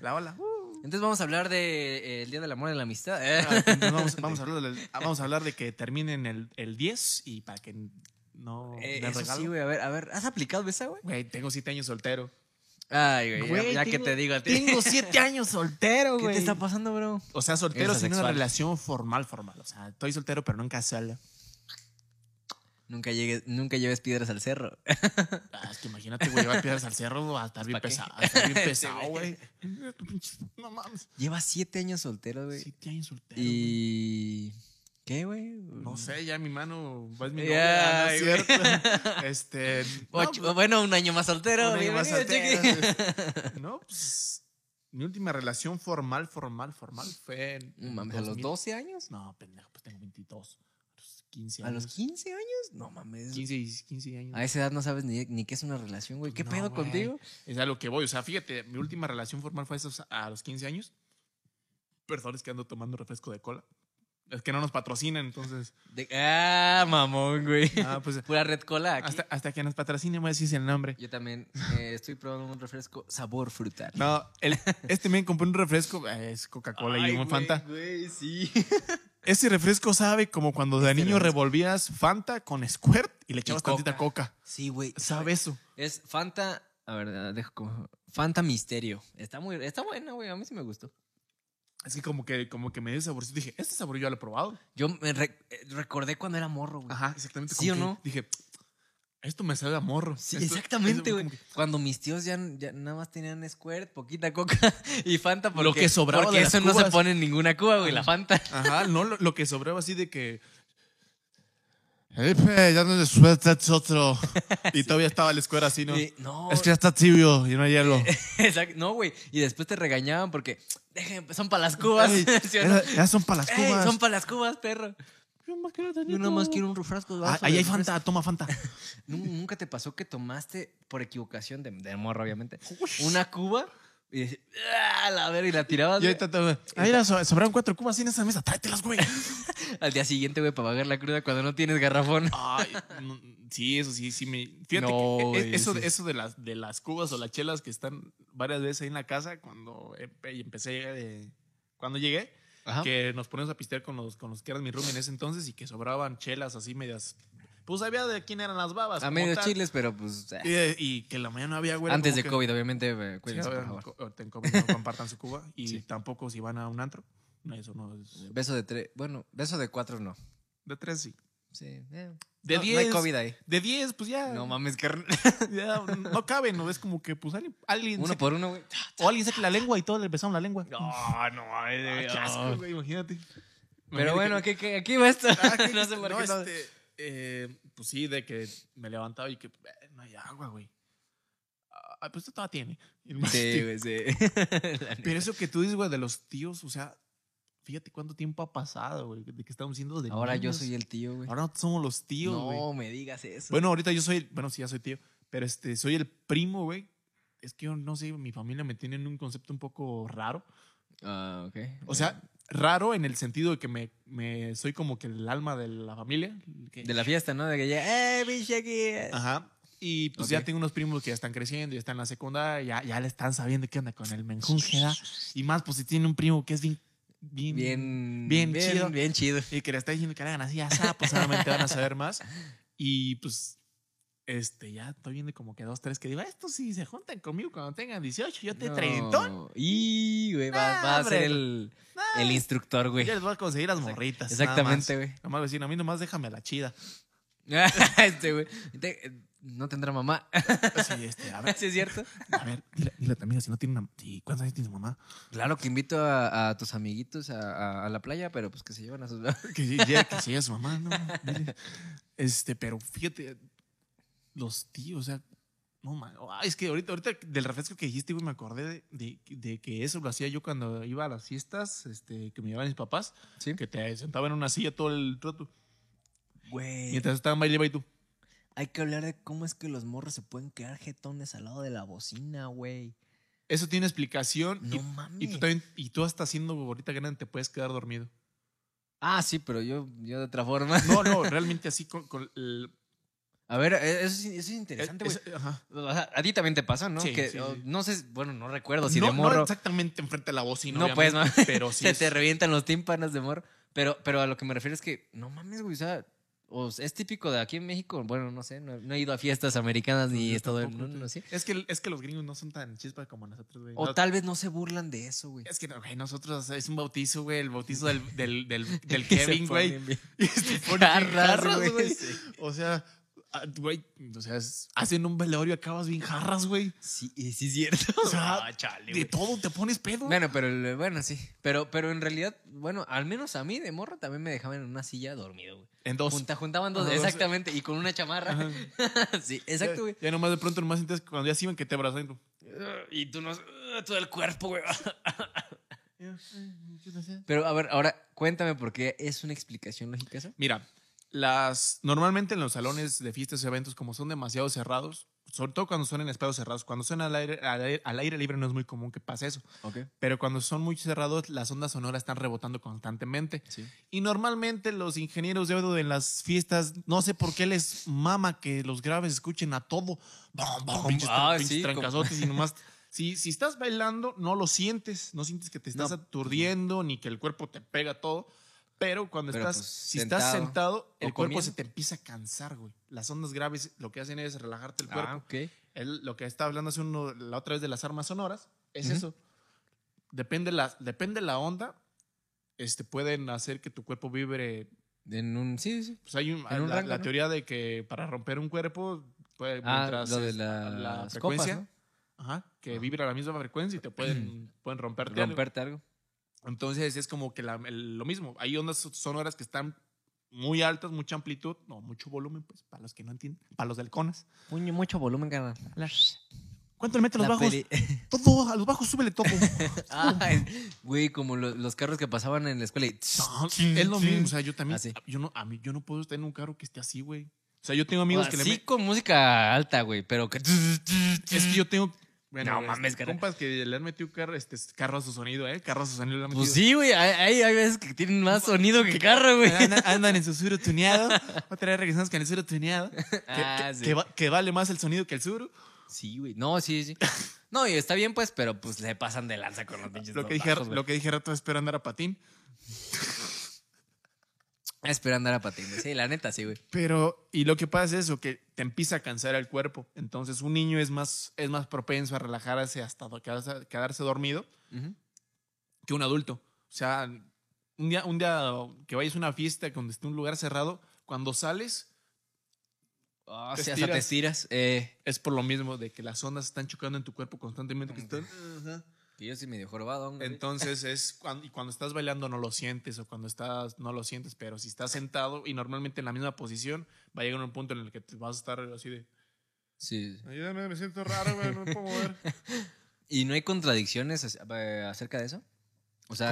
A: La ola. uh.
B: Entonces, vamos a hablar de eh, el Día del Amor y la Amistad. ¿eh?
A: Ah, entonces vamos, vamos a hablar de, vamos a hablar de que terminen el, el 10 y para que no
B: Eh,
A: den
B: eso
A: regalo.
B: sí, güey. A ver, a ver, ¿has aplicado esa, güey?
A: Güey, tengo 7 años soltero.
B: Ay, güey.
A: Güey,
B: ya ya que
A: tengo-
B: te digo a ti.
A: Tengo 7 años soltero,
B: ¿Qué
A: güey.
B: te está pasando, bro?
A: O sea, soltero
B: Eres
A: sin una
B: asexual.
A: relación formal, formal. O sea, estoy soltero, pero no en casal.
B: Nunca llegues, nunca lleves piedras al cerro.
A: Ah, es que imagínate, güey, llevar piedras al cerro va a estar bien
B: ¿Pues ¿Pa'
A: pesado.
B: qué?
A: va a estar bien
B: Sí,
A: pesado, güey.
B: güey.
A: No mames.
B: Llevas siete años soltero, güey.
A: Sí, te años soltero. güey.
B: y. ¿Qué, güey?
A: No sé, ya mi mano es mi novia,
B: Ya,
A: ¿no es
B: güey.
A: cierto? Este. no,
B: Ocho-
A: pues,
B: bueno, un año más soltero.
A: un año más
B: bienvenido,
A: soltero,
B: chiqui.
A: este, No, pues. Mi última relación formal, formal, formal fue en.
B: No mames, ¿a los
A: 2000.
B: 12 años?
A: No, pendejo, pues tengo 22. A los 15
B: ¿A
A: años.
B: los 15 años? No mames.
A: 15, y 15 años.
B: A esa edad no sabes ni, ni qué es una relación, güey. ¿Qué
A: No,
B: pedo
A: güey.
B: contigo?
A: Es a lo que voy. O sea, fíjate, mi última relación formal fue a esos- a los 15 años. Perdón, es que ando tomando refresco de cola. Es que no nos patrocinan, entonces.
B: De- ah, mamón, güey.
A: Ah, pues,
B: Pura red cola. aquí.
A: hasta, hasta que nos patrocinen, voy a decir el nombre.
B: Yo también eh, estoy probando un refresco sabor frutal.
A: No, el- este men compró un refresco, eh, es Coca-Cola y
B: Ay,
A: un
B: güey,
A: Fanta.
B: Güey, sí.
A: Ese refresco sabe como cuando de niño
B: refresco.
A: revolvías Fanta con Squirt y le echabas tantita coca.
B: Sí, güey.
A: Sabe eso.
B: Es Fanta. A ver, ah, dejo como. Fanta Misterio. Está muy. Está buena, güey. A mí sí me gustó.
A: Así como que, como que me dio ese saborcito. Dije, este sabor yo ya lo he probado.
B: Yo me re- eh, recordé cuando era morro, güey.
A: Ajá, exactamente.
B: ¿Sí
A: como
B: o
A: que
B: no?
A: Dije, esto me sabe a morro.
B: Sí,
A: Esto-
B: exactamente,
A: esto como
B: güey.
A: que-
B: Cuando mis tíos ya, ya nada más tenían Squirt, poquita coca y Fanta. Porque,
A: Lo que sobraba
B: Porque
A: de las
B: eso no se
A: cubas.
B: pone en ninguna cuba, güey, la Fanta.
A: Ajá, no, lo, lo que sobraba así de que. Felipe, ya no le sueltas otro. Y todavía estaba la escuela así, ¿no?
B: Y- no,
A: Es que ya está tibio y no hay hielo.
B: Eh, exacto, no, güey. Y después te regañaban porque "Dejen, pues, son para las cubas.
A: Ey,
B: ¿sí o no?
A: ya, ya son para las
B: Ey,
A: cubas.
B: son para las cubas, perro.
A: Yo más quiero tener
B: Yo nada más
A: todo.
B: quiero un refresco.
A: Ah,
B: vaso
A: ahí
B: de
A: hay
B: refresco.
A: Fanta, toma Fanta.
B: Nu- ¿Nunca te pasó que tomaste por equivocación de, de morro, obviamente? Una cuba y dices, "Ah, la ver, y la tirabas.
A: Y
B: güey.
A: ahorita te- Ahí las so- sobraron cuatro cubas en esa mesa, tráetelas, güey.
B: Al día siguiente, güey, para pagar la cruda cuando no tienes garrafón.
A: Ay, no, sí, eso sí, sí me. Fíjate
B: No,
A: que e-
B: güey,
A: eso,
B: sí.
A: eso de, las, de las cubas o las chelas que están varias veces ahí en la casa, cuando empe- empecé, eh, cuando llegué,
B: Ajá.
A: que nos ponemos a pistear con los, con los que eran mi room en ese entonces y que sobraban chelas así medias. Pues sabía de quién eran las babas.
B: A
A: como
B: medio
A: tal.
B: chiles, pero pues. eh,
A: Y, eh, y que en la mañana había, güey.
B: antes de
A: como que-
B: COVID, obviamente, eh,
A: Sí,
B: cuídense, por
A: ahora
B: favor.
A: co- ahorita en COVID no compartan su cuba y
B: Sí.
A: tampoco si van a un antro. No, Eso no es.
B: Beso de tres. Bueno, beso de cuatro no.
A: De tres sí.
B: Sí. eh.
A: De
B: no, no hay
A: diez.
B: COVID ahí.
A: De 10, pues ya.
B: No mames, carnal.
A: ya, no cabe, ¿no? Es como que, pues alguien. alguien
B: Uno
A: se-
B: por uno, güey. Ah,
A: O alguien saque la lengua y todos le besaron la lengua.
B: No, no,
A: Ah, qué asco, güey, imagínate.
B: Pero bueno,
A: Imagínate
B: aquí, aquí- aquí va esto.
A: que-
B: Ah,
A: Ah,
B: no sé por
A: no,
B: qué. no.
A: este, eh, pues sí, de que me levantaba y que eh, no hay agua, güey. Ah, pues esto todavía tiene. Y nomás
B: este, Sí,
A: te-
B: güey, sí. La neta.
A: Pero eso que tú dices, güey, de los tíos, o sea, fíjate cuánto tiempo ha pasado, güey, de que estamos siendo de
B: Ahora yo
A: niños.
B: soy el tío, güey.
A: Ahora somos los tíos, güey.
B: No me digas eso.
A: Bueno, ahorita yo soy, bueno, sí, ya soy tío, pero este, soy el primo, güey. Es que yo no sé, mi familia me tiene en un concepto un poco raro.
B: Ah, ok.
A: O sea, raro en el sentido de que me, me soy como que el alma de la familia. que-
B: de la fiesta, ¿no? De que ya, ¡eh, pinche aquí!
A: Ajá. Y pues
B: Ok.
A: ya tengo unos primos que ya están creciendo, ya están en la secundaria, ya, ya le están sabiendo qué onda con el menjunje, ¿verdad? Y más, pues si tiene un primo que es bien, bien,
B: Bien,
A: Bien chido.
B: Bien chido.
A: y que le está diciendo que le hagan así, asá, pues solamente van a saber más. Y pues Este, ya estoy viendo como que dos, tres que digo, estos sí se juntan conmigo cuando tengan 18, yo te
B: No.
A: treintón.
B: Y, güey, va,
A: No,
B: va a ser
A: hombre.
B: el,
A: No,
B: el instructor, güey.
A: Yo les voy a conseguir las morritas. nada
B: Exactamente, güey.
A: más. Nomás vecino, a mí nomás déjame a la chida.
B: este, güey. Te- No tendrá mamá.
A: Sí, este, a ver,
B: ¿Sí es cierto?
A: a ver, dile, dile a tu amiga si no tiene una. si- ¿Cuántos años tiene su mamá?
B: Claro que invito a, a tus amiguitos a, a- a la playa, pero pues que se llevan a sus.
A: Que sí, ya, que sí, es su mamá, ¿no? Dile. Este, pero fíjate, los tíos, o sea, no man. ah, es que ahorita, ahorita del refresco que dijiste, güey, me acordé de, de- de que eso lo hacía yo cuando iba a las fiestas, este, que me llevaban mis papás,
B: Sí.
A: que te sentaban en una silla todo el rato.
B: Güey.
A: Mientras estaban baile, baile tú.
B: Hay que hablar de cómo es que los morros se pueden quedar jetones al lado de la bocina, güey.
A: Eso tiene explicación. y-
B: No mames.
A: y, tú también, y tú hasta haciendo ahorita grande te puedes quedar dormido.
B: Ah, sí, pero yo, yo de otra forma.
A: No, no, realmente así con, con el.
B: A ver, eh, eso es, eso es interesante, güey.
A: es- ajá.
B: O sea, a ti también te pasa, ¿no?
A: Sí,
B: que,
A: sí,
B: o-
A: sí.
B: No sé, si- bueno, no recuerdo si de
A: no,
B: morro
A: no exactamente enfrente a la bocina.
B: No, pues,
A: obviamente,
B: no.
A: Pero sí.
B: se
A: es-
B: te revientan los tímpanos de morro. Pero, pero a lo que me refiero es que, no mames, güey, o sea, o s- es típico de aquí en México. Bueno, no sé, no, no he ido a fiestas americanas
A: No,
B: ni
A: yo
B: he estado en...
A: tampoco,
B: no,
A: tío.
B: no sé.
A: Es que, es que los gringos no son tan chispa como nosotros, güey.
B: O
A: No,
B: tal vez no se burlan de eso, güey.
A: es que no, güey, nosotros es un bautizo, güey, el bautizo del, del, del, del
B: Y se
A: Kevin, güey.
B: ponen bien
A: Y se ponen
B: Jarras,
A: jarras,
B: güey.
A: güey.
B: sí.
A: O sea, ah, güey, o sea, es- hacen un velorio y acabas bien jarras, güey.
B: Sí, y sí es cierto.
A: O sea,
B: Ah, chale,
A: De
B: güey.
A: todo te pones pedo.
B: Bueno, pero el- bueno, sí. Pero, pero en realidad, bueno, al menos a mí de morro también me dejaban en una silla dormido, güey.
A: en dos.
B: Junta- juntaban dos,
A: Ajá, dos.
B: exactamente, y con una chamarra.
A: Ajá.
B: sí, exacto, güey.
A: Ya, ya nomás de pronto nomás sientes que cuando ya se iban que te abrazan. y tú,
B: Y tú no. Todo el cuerpo, güey.
A: yo no sé.
B: Pero a ver, ahora cuéntame por qué es una explicación lógica eso.
A: Mira, las normalmente en los salones de fiestas o eventos, como son demasiado cerrados, sobre todo cuando son en espacios cerrados, cuando son al aire, al aire- al aire libre no es muy común que pase eso,
B: Ok.
A: pero cuando son muy cerrados las ondas sonoras están rebotando constantemente.
B: Sí.
A: Y normalmente los ingenieros de audio en las fiestas, no sé por qué les mama que los graves escuchen a todo. Bam, bam, pinches
B: Ah,
A: tran- pinches
B: sí, como-
A: trancazotes y nomás... Si, si estás bailando, no lo sientes, no sientes que te estás
B: No.
A: aturdiendo ni que el cuerpo te pega todo. Pero cuando
B: Pero,
A: estás,
B: pues,
A: si
B: sentado
A: estás sentado, el
B: o
A: cuerpo
B: comiendo.
A: se te empieza a cansar, güey. Las ondas graves lo que hacen es relajarte el
B: Ah,
A: cuerpo.
B: ok.
A: Él- lo que estaba hablando hace uno, la otra vez de las armas sonoras, es
B: Ujú.
A: eso. Depende la, depende la onda, este, pueden hacer que tu cuerpo vibre.
B: En un. Sí, sí.
A: Pues hay un-
B: En un
A: la,
B: rango,
A: la
B: ¿no?
A: teoría de que para romper un cuerpo, puede,
B: Ah,
A: mientras
B: lo de
A: es-
B: las copas, ¿no?
A: ajá, que
B: Ajá.
A: vibra a la misma frecuencia y te pueden, pueden romperte. algo.
B: Romperte algo.
A: Entonces es como que la- el- lo mismo. Hay ondas sonoras que están muy altas, mucha amplitud, no, mucho volumen, pues, para los que no entienden, para los del CONAS.
B: Puño, mucho volumen, carnal.
A: ¿Cuánto le meten los
B: La
A: bajos?
B: peli-
A: Todo, a los bajos súbele todo.
B: Ay, güey, como lo- los carros que pasaban en la escuela y.
A: No, es lo mismo, o sea, yo también,
B: Así.
A: yo no, a mí, yo no puedo estar en un carro que esté así, güey. O sea, yo tengo amigos que le
B: sí,
A: meten,
B: con música alta, güey, pero que.
A: es que yo tengo, bueno,
B: No
A: este,
B: mames, cara.
A: compas que le han metido carro, este, carro a su sonido, eh, carro a su sonido le han metido.
B: Pues sí, güey, hay, hay- hay veces que tienen más sonido que carro, güey.
A: Andan, andan en su suro tuneado, otra vez regresamos con el suro tuneado, que,
B: Ah,
A: que-
B: sí.
A: que va- que vale más el sonido que el suro.
B: Sí, güey. No, sí, sí. No, y está bien, pues, pero pues le pasan de lanza con los pinches.
A: Lo que, dije,
B: bajos, güey.
A: lo que dije rato, espero andar a patín.
B: Espero Ah, andar a patín, güey. Sí, la neta, sí, güey.
A: Pero, y lo que pasa es eso, que te empieza a cansar el cuerpo. Entonces, un niño es más, es más propenso a relajarse hasta do- quedarse, quedarse dormido que un adulto. O sea, un día, un día que vayas a una fiesta donde esté un lugar cerrado, cuando sales
B: Ah,
A: Te
B: sí, hasta te estiras. Eh,
A: es por lo mismo de que las ondas están chocando en tu cuerpo constantemente. Que
B: Ajá.
A: están-
B: que yo sí medio jorobado. hombre.
A: Entonces es cuando, y cuando estás bailando no lo sientes o cuando estás no lo sientes, pero si estás sentado y normalmente en la misma posición va a llegar un punto en el que te vas a estar así de
B: Sí.
A: ayúdame, me siento raro, güey, no me puedo mover.
B: ¿Y no hay contradicciones ac- eh, acerca de eso? O sea, contradicciones.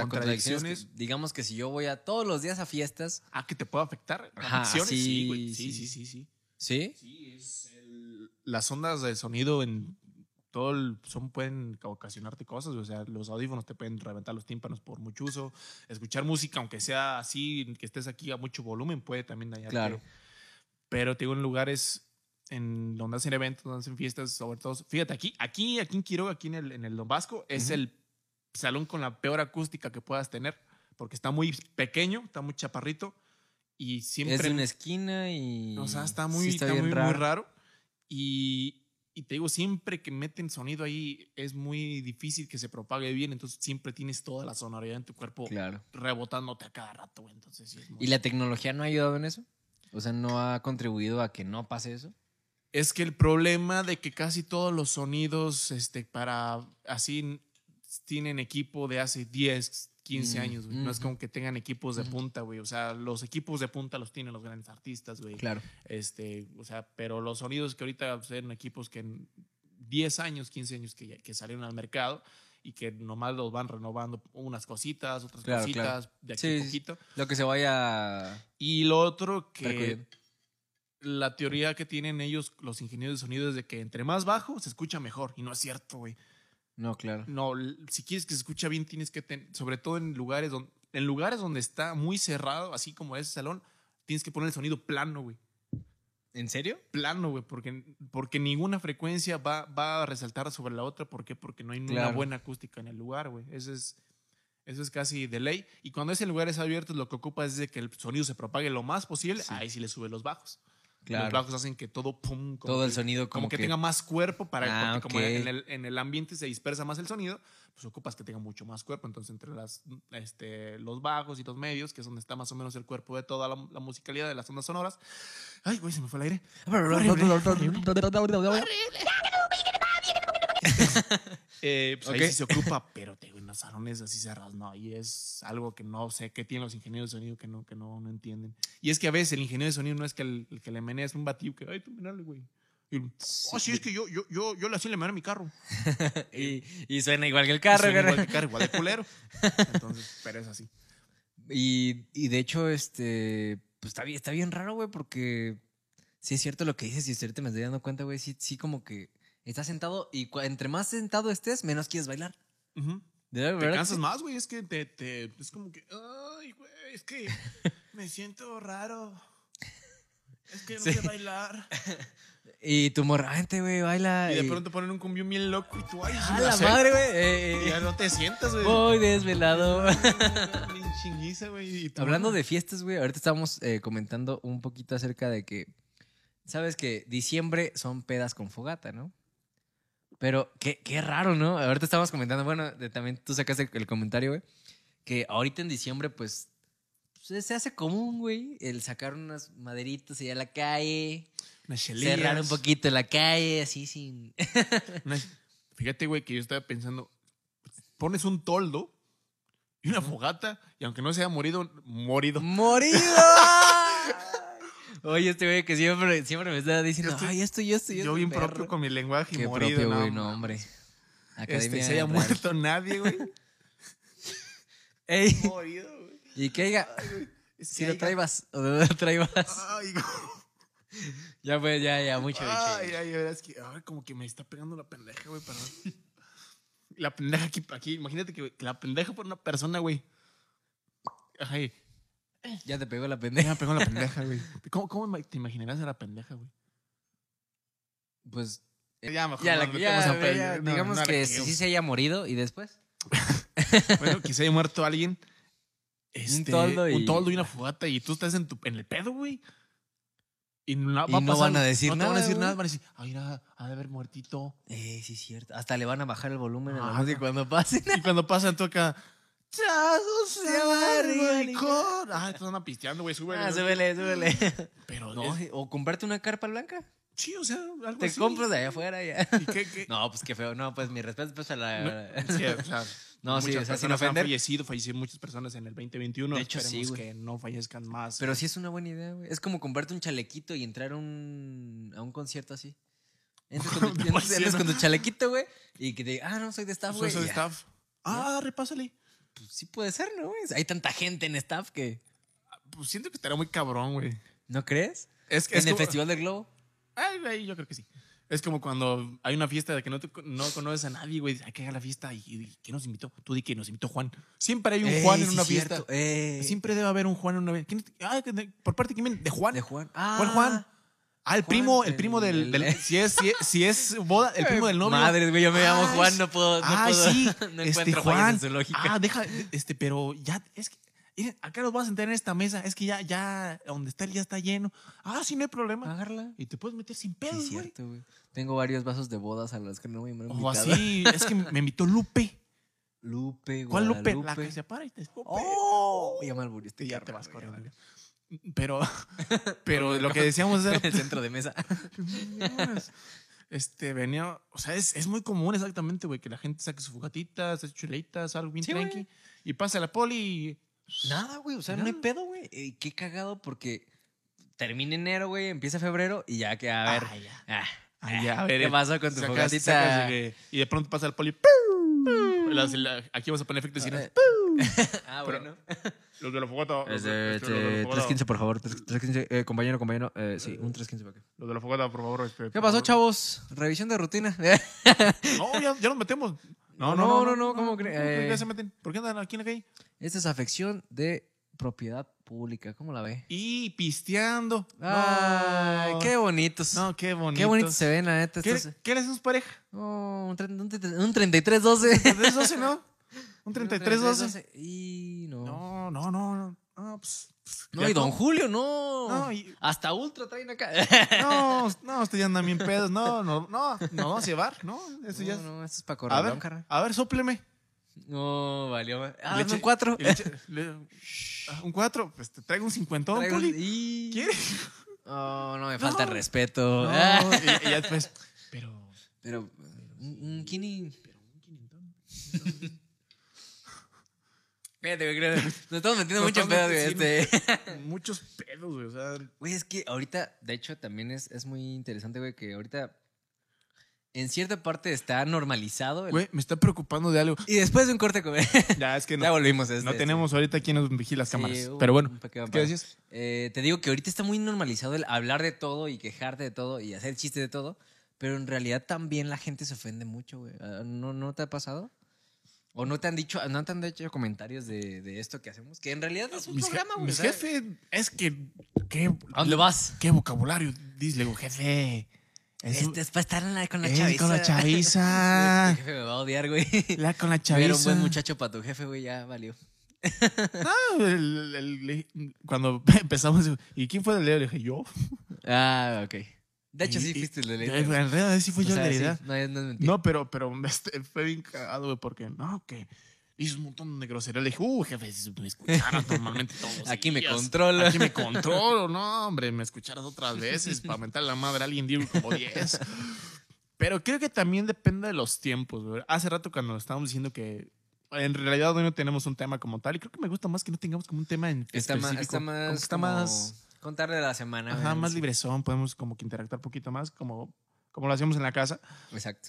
A: Contradicciones.
B: que- digamos que si yo voy a todos los días a fiestas,
A: Ah, que te puede afectar.
B: Ajá,
A: Adicciones,
B: sí,
A: sí, güey. Sí,
B: sí.
A: sí, sí, sí.
B: ¿sí?
A: Sí, es el- las ondas de sonido en todo el son pueden ocasionarte cosas, o sea, los audífonos te pueden reventar los tímpanos por mucho uso, escuchar música aunque sea así que estés aquí a mucho volumen puede también dañarte.
B: Claro.
A: Pero te digo en lugares en donde hacen eventos, donde hacen fiestas, sobre todo, fíjate aquí, aquí, aquí en Quiroga, aquí en el en el Don Vasco es
B: Ujú.
A: el salón con la peor acústica que puedas tener, porque está muy pequeño, está muy chaparrito y siempre
B: Es de una esquina y.
A: o sea, está muy,
B: sí
A: está muy, muy raro. Y, y te digo, siempre que meten sonido ahí es muy difícil que se propague bien, entonces siempre tienes toda la sonoridad en tu cuerpo
B: Claro.
A: rebotándote a cada rato, güey. Entonces, sí es muy-
B: ¿Y la tecnología no ha ayudado en eso? O sea, ¿no ha contribuido a que no pase eso?
A: Es que el problema de que casi todos los sonidos este, para así tienen equipo de hace 10, 15
B: Mm,
A: años, güey. No es
B: ujú.
A: como que tengan equipos de
B: Ujú.
A: punta, güey. O sea, los equipos de punta los tienen los grandes artistas, güey.
B: Claro.
A: Este, o sea, pero los sonidos que ahorita son equipos que en 10 años, 15 años que, ya- que salieron al mercado y que nomás los van renovando unas cositas, otras
B: Claro,
A: cositas, de aquí
B: Sí,
A: a
B: sí, sí.
A: poquito.
B: Lo que se vaya
A: Y lo otro que
B: percudiendo.
A: la teoría que tienen ellos, los ingenieros de sonido, es de que entre más bajo se escucha mejor. Y no es cierto, güey.
B: No, claro.
A: No, l- si quieres que se escuche bien, tienes que tener, sobre todo en lugares donde, en lugares donde está muy cerrado, así como ese salón, tienes que poner el sonido plano, güey.
B: ¿En serio?
A: Plano, güey, porque, porque ninguna frecuencia va, va a resaltar sobre la otra. ¿Por qué? Porque no hay una
B: Claro.
A: buena acústica en el lugar, güey. Eso es, eso es casi de ley. Y cuando es en lugares abiertos, lo que ocupa es de que el sonido se propague lo más posible.
B: Sí.
A: Ahí sí le sube los bajos. Los
B: Claro.
A: bajos hacen que todo, pum, como
B: Todo el
A: que-
B: sonido como,
A: como que, tenga más cuerpo para
B: Ah,
A: porque como
B: ok.
A: en el, en el ambiente se dispersa más el sonido, pues ocupas que tenga mucho más cuerpo. Entonces, entre las, este, los bajos y los medios, que es donde está más o menos el cuerpo de toda la, la musicalidad de las ondas sonoras. Ay, güey, se me fue el aire. Eh, pues
B: Ok.
A: ahí sí se ocupa, pero te digo, en los salones así cerrados, no. Y es algo que no sé qué tienen los ingenieros de sonido que no, que no, no entienden. Y es que a veces el ingeniero de sonido no es que el, el que le menea es un batido que, ay, tú menale, güey. Y, "Ah, sí, es que yo, yo, yo, yo le hacía le menea a mi carro.
B: y, y suena igual que el
A: Y
B: carro.
A: suena
B: carnal.
A: igual que carro, igual de culero. Entonces, pero es así.
B: Y, y de hecho, este, pues está bien, está bien raro, güey, porque sí es cierto lo que dices y es cierto, me estoy dando cuenta, güey, sí, sí como que estás sentado y cua- entre más sentado estés, menos quieres bailar.
A: Ujú.
B: De verdad,
A: Te
B: ¿verdad?
A: cansas más, güey. Es que te, te- es como que, ay, güey, es que me siento raro. Es que no
B: Sí.
A: sé bailar.
B: Y tu morra, "Vente, güey, baila.
A: Y de
B: y-
A: pronto ponen un cumbión bien loco y tú, ay, sí,
B: ¡A
A: lo
B: Ah, la
A: sé.
B: madre, güey!
A: Y
B: eh, eh,
A: ya no te sientas, güey.
B: voy desvelado.
A: Bien chinguiza, güey. y tú-
B: Hablando de fiestas, güey, ahorita estábamos eh, comentando un poquito acerca de que, sabes que diciembre son pedas con fogata, ¿no? Pero qué, qué raro, ¿no? Ahorita estábamos comentando, bueno, de- también tú sacaste el comentario, güey, que ahorita en diciembre, pues, se, se hace común, güey, el sacar unas maderitas allá a la calle,
A: Unas chelillas,
B: cerrar un poquito la calle, así sin...
A: unas- Fíjate, güey, que yo estaba pensando, pones un toldo y una fogata y aunque no sea morido,
B: Mm,
A: morido.
B: ¡Morido! Oye, este güey que siempre, siempre me está diciendo,
A: Yo estoy-
B: ay, esto, yo esto, yo
A: Yo bien propio con mi lenguaje y
B: Qué
A: morido,
B: propio, güey,
A: no.
B: no, hombre.
A: Este,
B: Academia
A: se haya
B: real.
A: muerto nadie, güey.
B: Ey,
A: morido, güey.
B: y que diga, si lo traibas, o no lo traibas.
A: Ay, güey.
B: Ya, pues, ya, ya, mucho
A: Ay,
B: biche.
A: ay, verás que ay, como que me está pegando la pendeja, güey, perdón. La pendeja aquí, aquí, imagínate que que la pendeja por una persona, güey. Ay,
B: Ya te pegó la
A: ya me
B: pendeja.
A: pegó la pendeja, güey. ¿Cómo, cómo ima- te imaginarás a la pendeja, güey?
B: Pues,
A: Ya, mejor
B: ya,
A: no,
B: la,
A: no
B: que-
A: te
B: ya,
A: vamos a
B: güey,
A: pedir.
B: ya,
A: No,
B: digamos
A: no la
B: que
A: creo.
B: sí se haya morido y después.
A: Bueno, que se haya muerto alguien. este,
B: toldo y-
A: un toldo y una fogata y tú estás en, tu, en el pedo, güey. Y no,
B: Y
A: va a
B: no
A: pasar-
B: van a decir
A: no te van
B: nada,
A: a decir
B: güey.
A: nada. Van a decir, ay, mira, ha de haber muertito.
B: Eh, sí, es cierto. Hasta le van a bajar el volumen a la
A: Ah.
B: música cuando pasen.
A: Y cuando pasan, toca. Tragos de barricón. Ah, te están pisteando, güey. Súbele.
B: Ah, súbele, súbele.
A: Pero
B: No,
A: no.
B: eh, o comprarte una carpa blanca.
A: sí, o sea, algo
B: Te
A: así.
B: compras de allá afuera ya.
A: ¿Y qué, qué?
B: No, pues qué feo. No, pues mi respeto pues a la...
A: Sí, o sea,
B: No, sí,
A: muchas
B: o sea, sin
A: personas han
B: ofender.
A: fallecido, fallecieron muchas personas en el 2021.
B: De hecho, sí,
A: Esperemos
B: güey.
A: que no fallezcan más.
B: Pero sí es una buena idea, güey. Es como comprarte un chalequito y entrar a un, a un concierto así. Entras con, tu,
A: De
B: entras- entras
A: marciano.
B: con tu chalequito, güey, y que te diga, ah, no, soy de staff,
A: Pues
B: güey.
A: eso de
B: Ya,
A: staff. Ah, repásale.
B: pues sí puede ser, ¿no, güey? Hay tanta gente en staff que...
A: Pues siento que estará muy cabrón, güey.
B: ¿No crees?
A: Es que
B: En
A: es
B: el
A: como-
B: Festival del Globo.
A: Ay, güey, yo creo que sí. Es como cuando hay una fiesta de que no, te, no conoces a nadie, güey. Hay que haga la fiesta. ¿Y, y quién nos invitó? Tú di que nos invitó Juan. Siempre hay un
B: Ey,
A: Juan en
B: Eh, sí,
A: una fiesta.
B: cierto, Eh, ey.
A: Siempre debe haber un Juan en una vez. ¿Quién es? Ah, que de- por parte de quién? De Juan.
B: De Juan. Ah,
A: ¿Cuál Juan? Ah, el
B: Juan,
A: primo, el
B: el-
A: primo del, del-
B: el-
A: si es si es, si es boda, el primo del novio.
B: eh, Madre, güey, yo me llamo
A: Ay,
B: Juan, no puedo... No
A: ah,
B: puedo,
A: sí,
B: no
A: este
B: encuentro fallas
A: Juan.
B: en su lógica.
A: Ah, deja, este, pero ya es que miren, acá los voy a sentar en esta mesa. Es que ya, ya, donde está él ya está lleno. Ah, sí, no hay problema.
B: Agárrala.
A: Y te puedes meter sin
B: Sí,
A: pedos,
B: es
A: güey.
B: cierto, güey. Tengo varios vasos de bodas a las que no me han invitado.
A: o Oh, así, es que me invitó Lupe.
B: Lupe,
A: ¿Cuál Lupe? La
B: Guadalupe.
A: que se para y te escupe.
B: ¡Oh! Ya me alburiste.
A: Y ya
B: qué
A: te vas
B: raro, ya,
A: corriendo. Pero, pero lo que decíamos
B: dale.
A: era, pues,
B: En el centro de mesa.
A: este, venía, o sea, es, es muy común exactamente, güey, que la gente saque sus fogatitas, sus chuleitas, algo bien
B: Sí, güey.
A: tranqui, y pasa la poli y...
B: Nada, güey. O sea, no hay
A: Nada.
B: pedo, güey. Eh, qué cagado porque termina enero, güey. Empieza febrero y ya que, a ver.
A: Ah, ya.
B: ah,
A: Ah, ya,
B: ah,
A: a ver,
B: ¿Qué
A: eh,
B: pasó con tu
A: sacas-
B: fogatita?
A: sacas de que- y de pronto pasa el poli. ¡piu! Las- la- aquí vamos a poner efectos
B: Ah,
A: sirenas.
B: eh.
A: ¡piu!
B: ah,
A: pero-
B: bueno.
A: Los de la fogata. Los de, este, los de la fogata,
B: 315, por favor. 315. Eh, compañero, compañero. eh, sí, un 315 para acá.
A: los de la fogata, por favor. este,
B: ¿Qué
A: por
B: pasó,
A: favor.
B: chavos? Revisión de rutina.
A: No, ya, ya nos metemos. No,
B: No,
A: no,
B: no,
A: no,
B: no, ¿cómo cree?
A: cree que
B: Eh.
A: se meten? ¿Por qué andan aquí en la calle?
B: Esta es afección de propiedad pública. ¿Cómo la ve?
A: Y pisteando.
B: ¡Ay,
A: no,
B: qué bonitos!
A: No, qué bonito.
B: qué bonitos se ven, la neta.
A: ¿Qué,
B: estos-
A: qué le hacen sus parejas?
B: Oh, un, tre- un tre- un 33-12.
A: ¿33 12, no? ¿Un 33 12?
B: Y no. No,
A: No, no, no. no. No, pues, pues,
B: y
A: ya
B: Don
A: con-
B: Julio, no.
A: No, y-
B: Hasta Ultra traen acá.
A: No, no, ustedes ya andan bien pedos. No, no, no, nos vamos a llevar, ¿no? Eso
B: no,
A: ya. es-
B: no, esto es para
A: a ver,
B: corralón, carnal.
A: a ver, sopleme.
B: No, valió. ma- Ah,
A: Le
B: dame un
A: eché-
B: 4.
A: Y le eche- le- ah, un cuatro, pues te traigo un cincuentón, Poli.
B: Y...
A: ¿Quieres?
B: Oh, no, me falta
A: No.
B: el respeto.
A: No,
B: Ah,
A: y, y ya después. Pero.
B: Pero, un un Kini.
A: Pero un quinientón.
B: Espérate, güey, creo- Nos estamos metiendo
A: Nos
B: mucho en
A: estamos
B: pedo, güey.
A: metiendo-
B: Este.
A: Muchos pedos, güey. O sea,
B: Güey, es que ahorita, de hecho, también es, es muy interesante, güey, que ahorita en cierta parte está normalizado. el-
A: güey, me está preocupando de algo.
B: Y después de un corte, güey,
A: Ya, es que
B: ya
A: no,
B: volvimos a este.
A: no tenemos ahorita quien nos vigila las
B: sí,
A: cámaras.
B: un-
A: Pero bueno,
B: un pequeño
A: ¿qué
B: amparo.
A: decías?
B: Eh, te digo que ahorita está muy normalizado el hablar de todo y quejarte de todo y hacer chiste de todo, pero en realidad también la gente se ofende mucho, güey. Ah, ¿No, ¿No te ha pasado? ¿O no te han dicho, no te han hecho comentarios de, de esto que hacemos? Que en realidad es un
A: Mis, je-
B: programa, güey.
A: mis
B: o sea,
A: jefes, es que. ¿qué,
B: ¿A dónde vas?
A: ¿Qué vocabulario? Dice, le digo, jefe. es-
B: Este es para estar en la- con la
A: Eh,
B: chaviza.
A: con la chaviza.
B: Mi jefe me va a odiar, güey.
A: La con la chaviza.
B: Pero un buen muchacho para tu jefe, güey, ya valió.
A: No, el- el- el- cuando empezamos, digo, ¿y quién fue el de Le dije, yo.
B: Ah, ok. De hecho,
A: Y-
B: sí
A: y-
B: fuiste el de
A: En realidad sí fui yo el de la idea.
B: no, es- no es mentira.
A: No, pero, pero este, fue bien cagado, güey, porque no, que hizo un montón de groserías. Le dije, uh, jefe, si me escucharas normalmente todos los
B: Aquí me
A: días,
B: controlo.
A: Aquí me controlo, no, hombre, me escucharas otras veces para mentar la madre a alguien, digo, como 10. Pero creo que también depende de los tiempos, güey. Hace rato cuando estábamos diciendo que en realidad hoy no tenemos un tema como tal, y creo que me gusta más que no tengamos como un tema en
B: Está, ma-
A: específico.
B: está
A: Como
B: más.
A: que Está
B: como
A: más
B: Contar de la semana.
A: Ajá,
B: güey,
A: más
B: sí.
A: librezón, podemos como que interactuar un poquito más, como, como lo hacíamos en la casa.
B: Exacto.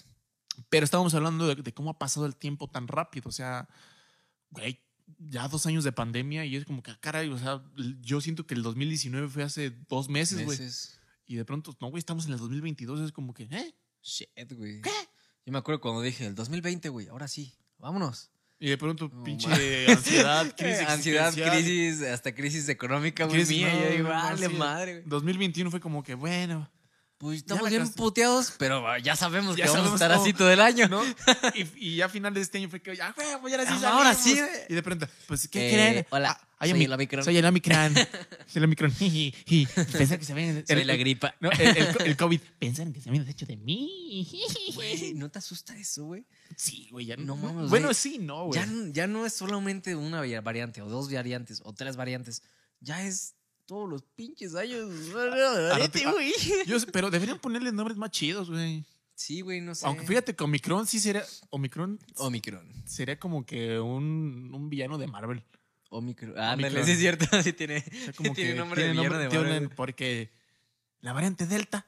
A: Pero estábamos hablando de, de cómo ha pasado el tiempo tan rápido, o sea, güey, ya dos años de pandemia y es como que, caray, o sea, l- yo siento que el 2019 fue hace dos meses, güey.
B: Meses.
A: Y de pronto, no, güey, estamos en el 2022, es como que, ¿eh?
B: Shit, güey. Yo me acuerdo cuando dije el 2020, güey, ahora sí, vámonos.
A: Y de pronto,
B: No,
A: pinche
B: ma-
A: ansiedad, crisis.
B: Eh, ansiedad,
A: existencial.
B: crisis, hasta crisis económica, güey.
A: Crisis,
B: Mía,
A: no,
B: yo digo,
A: no,
B: vale,
A: sí.
B: madre, güey.
A: 2021 fue como que, bueno, Ya
B: Pues estamos
A: la
B: bien
A: cast-
B: puteados, pero ah, ya sabemos
A: Ya
B: que
A: sabemos
B: vamos a estar
A: cómo-
B: así todo el año.
A: ¿no? y, y ya a final de este año fue que, ya, güey, pues ahora sí
B: Ah, ahora sí,
A: salimos.
B: güey.
A: Y de pronto, pues, ¿qué
B: Eh,
A: creen?
B: hola,
A: Ah, hay
B: soy
A: ami-
B: el Omicron.
A: Soy el Omicron. soy el Omicron. Jiji, ji. Pensan que se habían...
B: Soy
A: el-
B: la gripa.
A: No, el, el- el COVID. Pensan que se habían deshecho de mí.
B: Güey, ¿no te asusta eso, güey?
A: Sí, güey, ya
B: No mames,
A: Bueno,
B: güey.
A: sí, no, güey.
B: Ya, n- ya no es solamente una vi- variante, o dos variantes, o tres variantes. Ya es todos los pinches años.
A: te-
B: Variante,
A: ah.
B: güey.
A: Yo sé, pero deberían ponerle nombres más chidos, güey.
B: Sí, güey, no sé.
A: Aunque fíjate que Omicron sí sería... Omicron
B: Omicron.
A: sería como que un, un villano de Marvel.
B: Omicron. Ah, ándale,
A: Omicron.
B: sí es cierto. Sí tiene,
A: O sea, como
B: tiene
A: que
B: nombre de villano de
A: tiene-
B: Marvel.
A: Porque la variante Delta...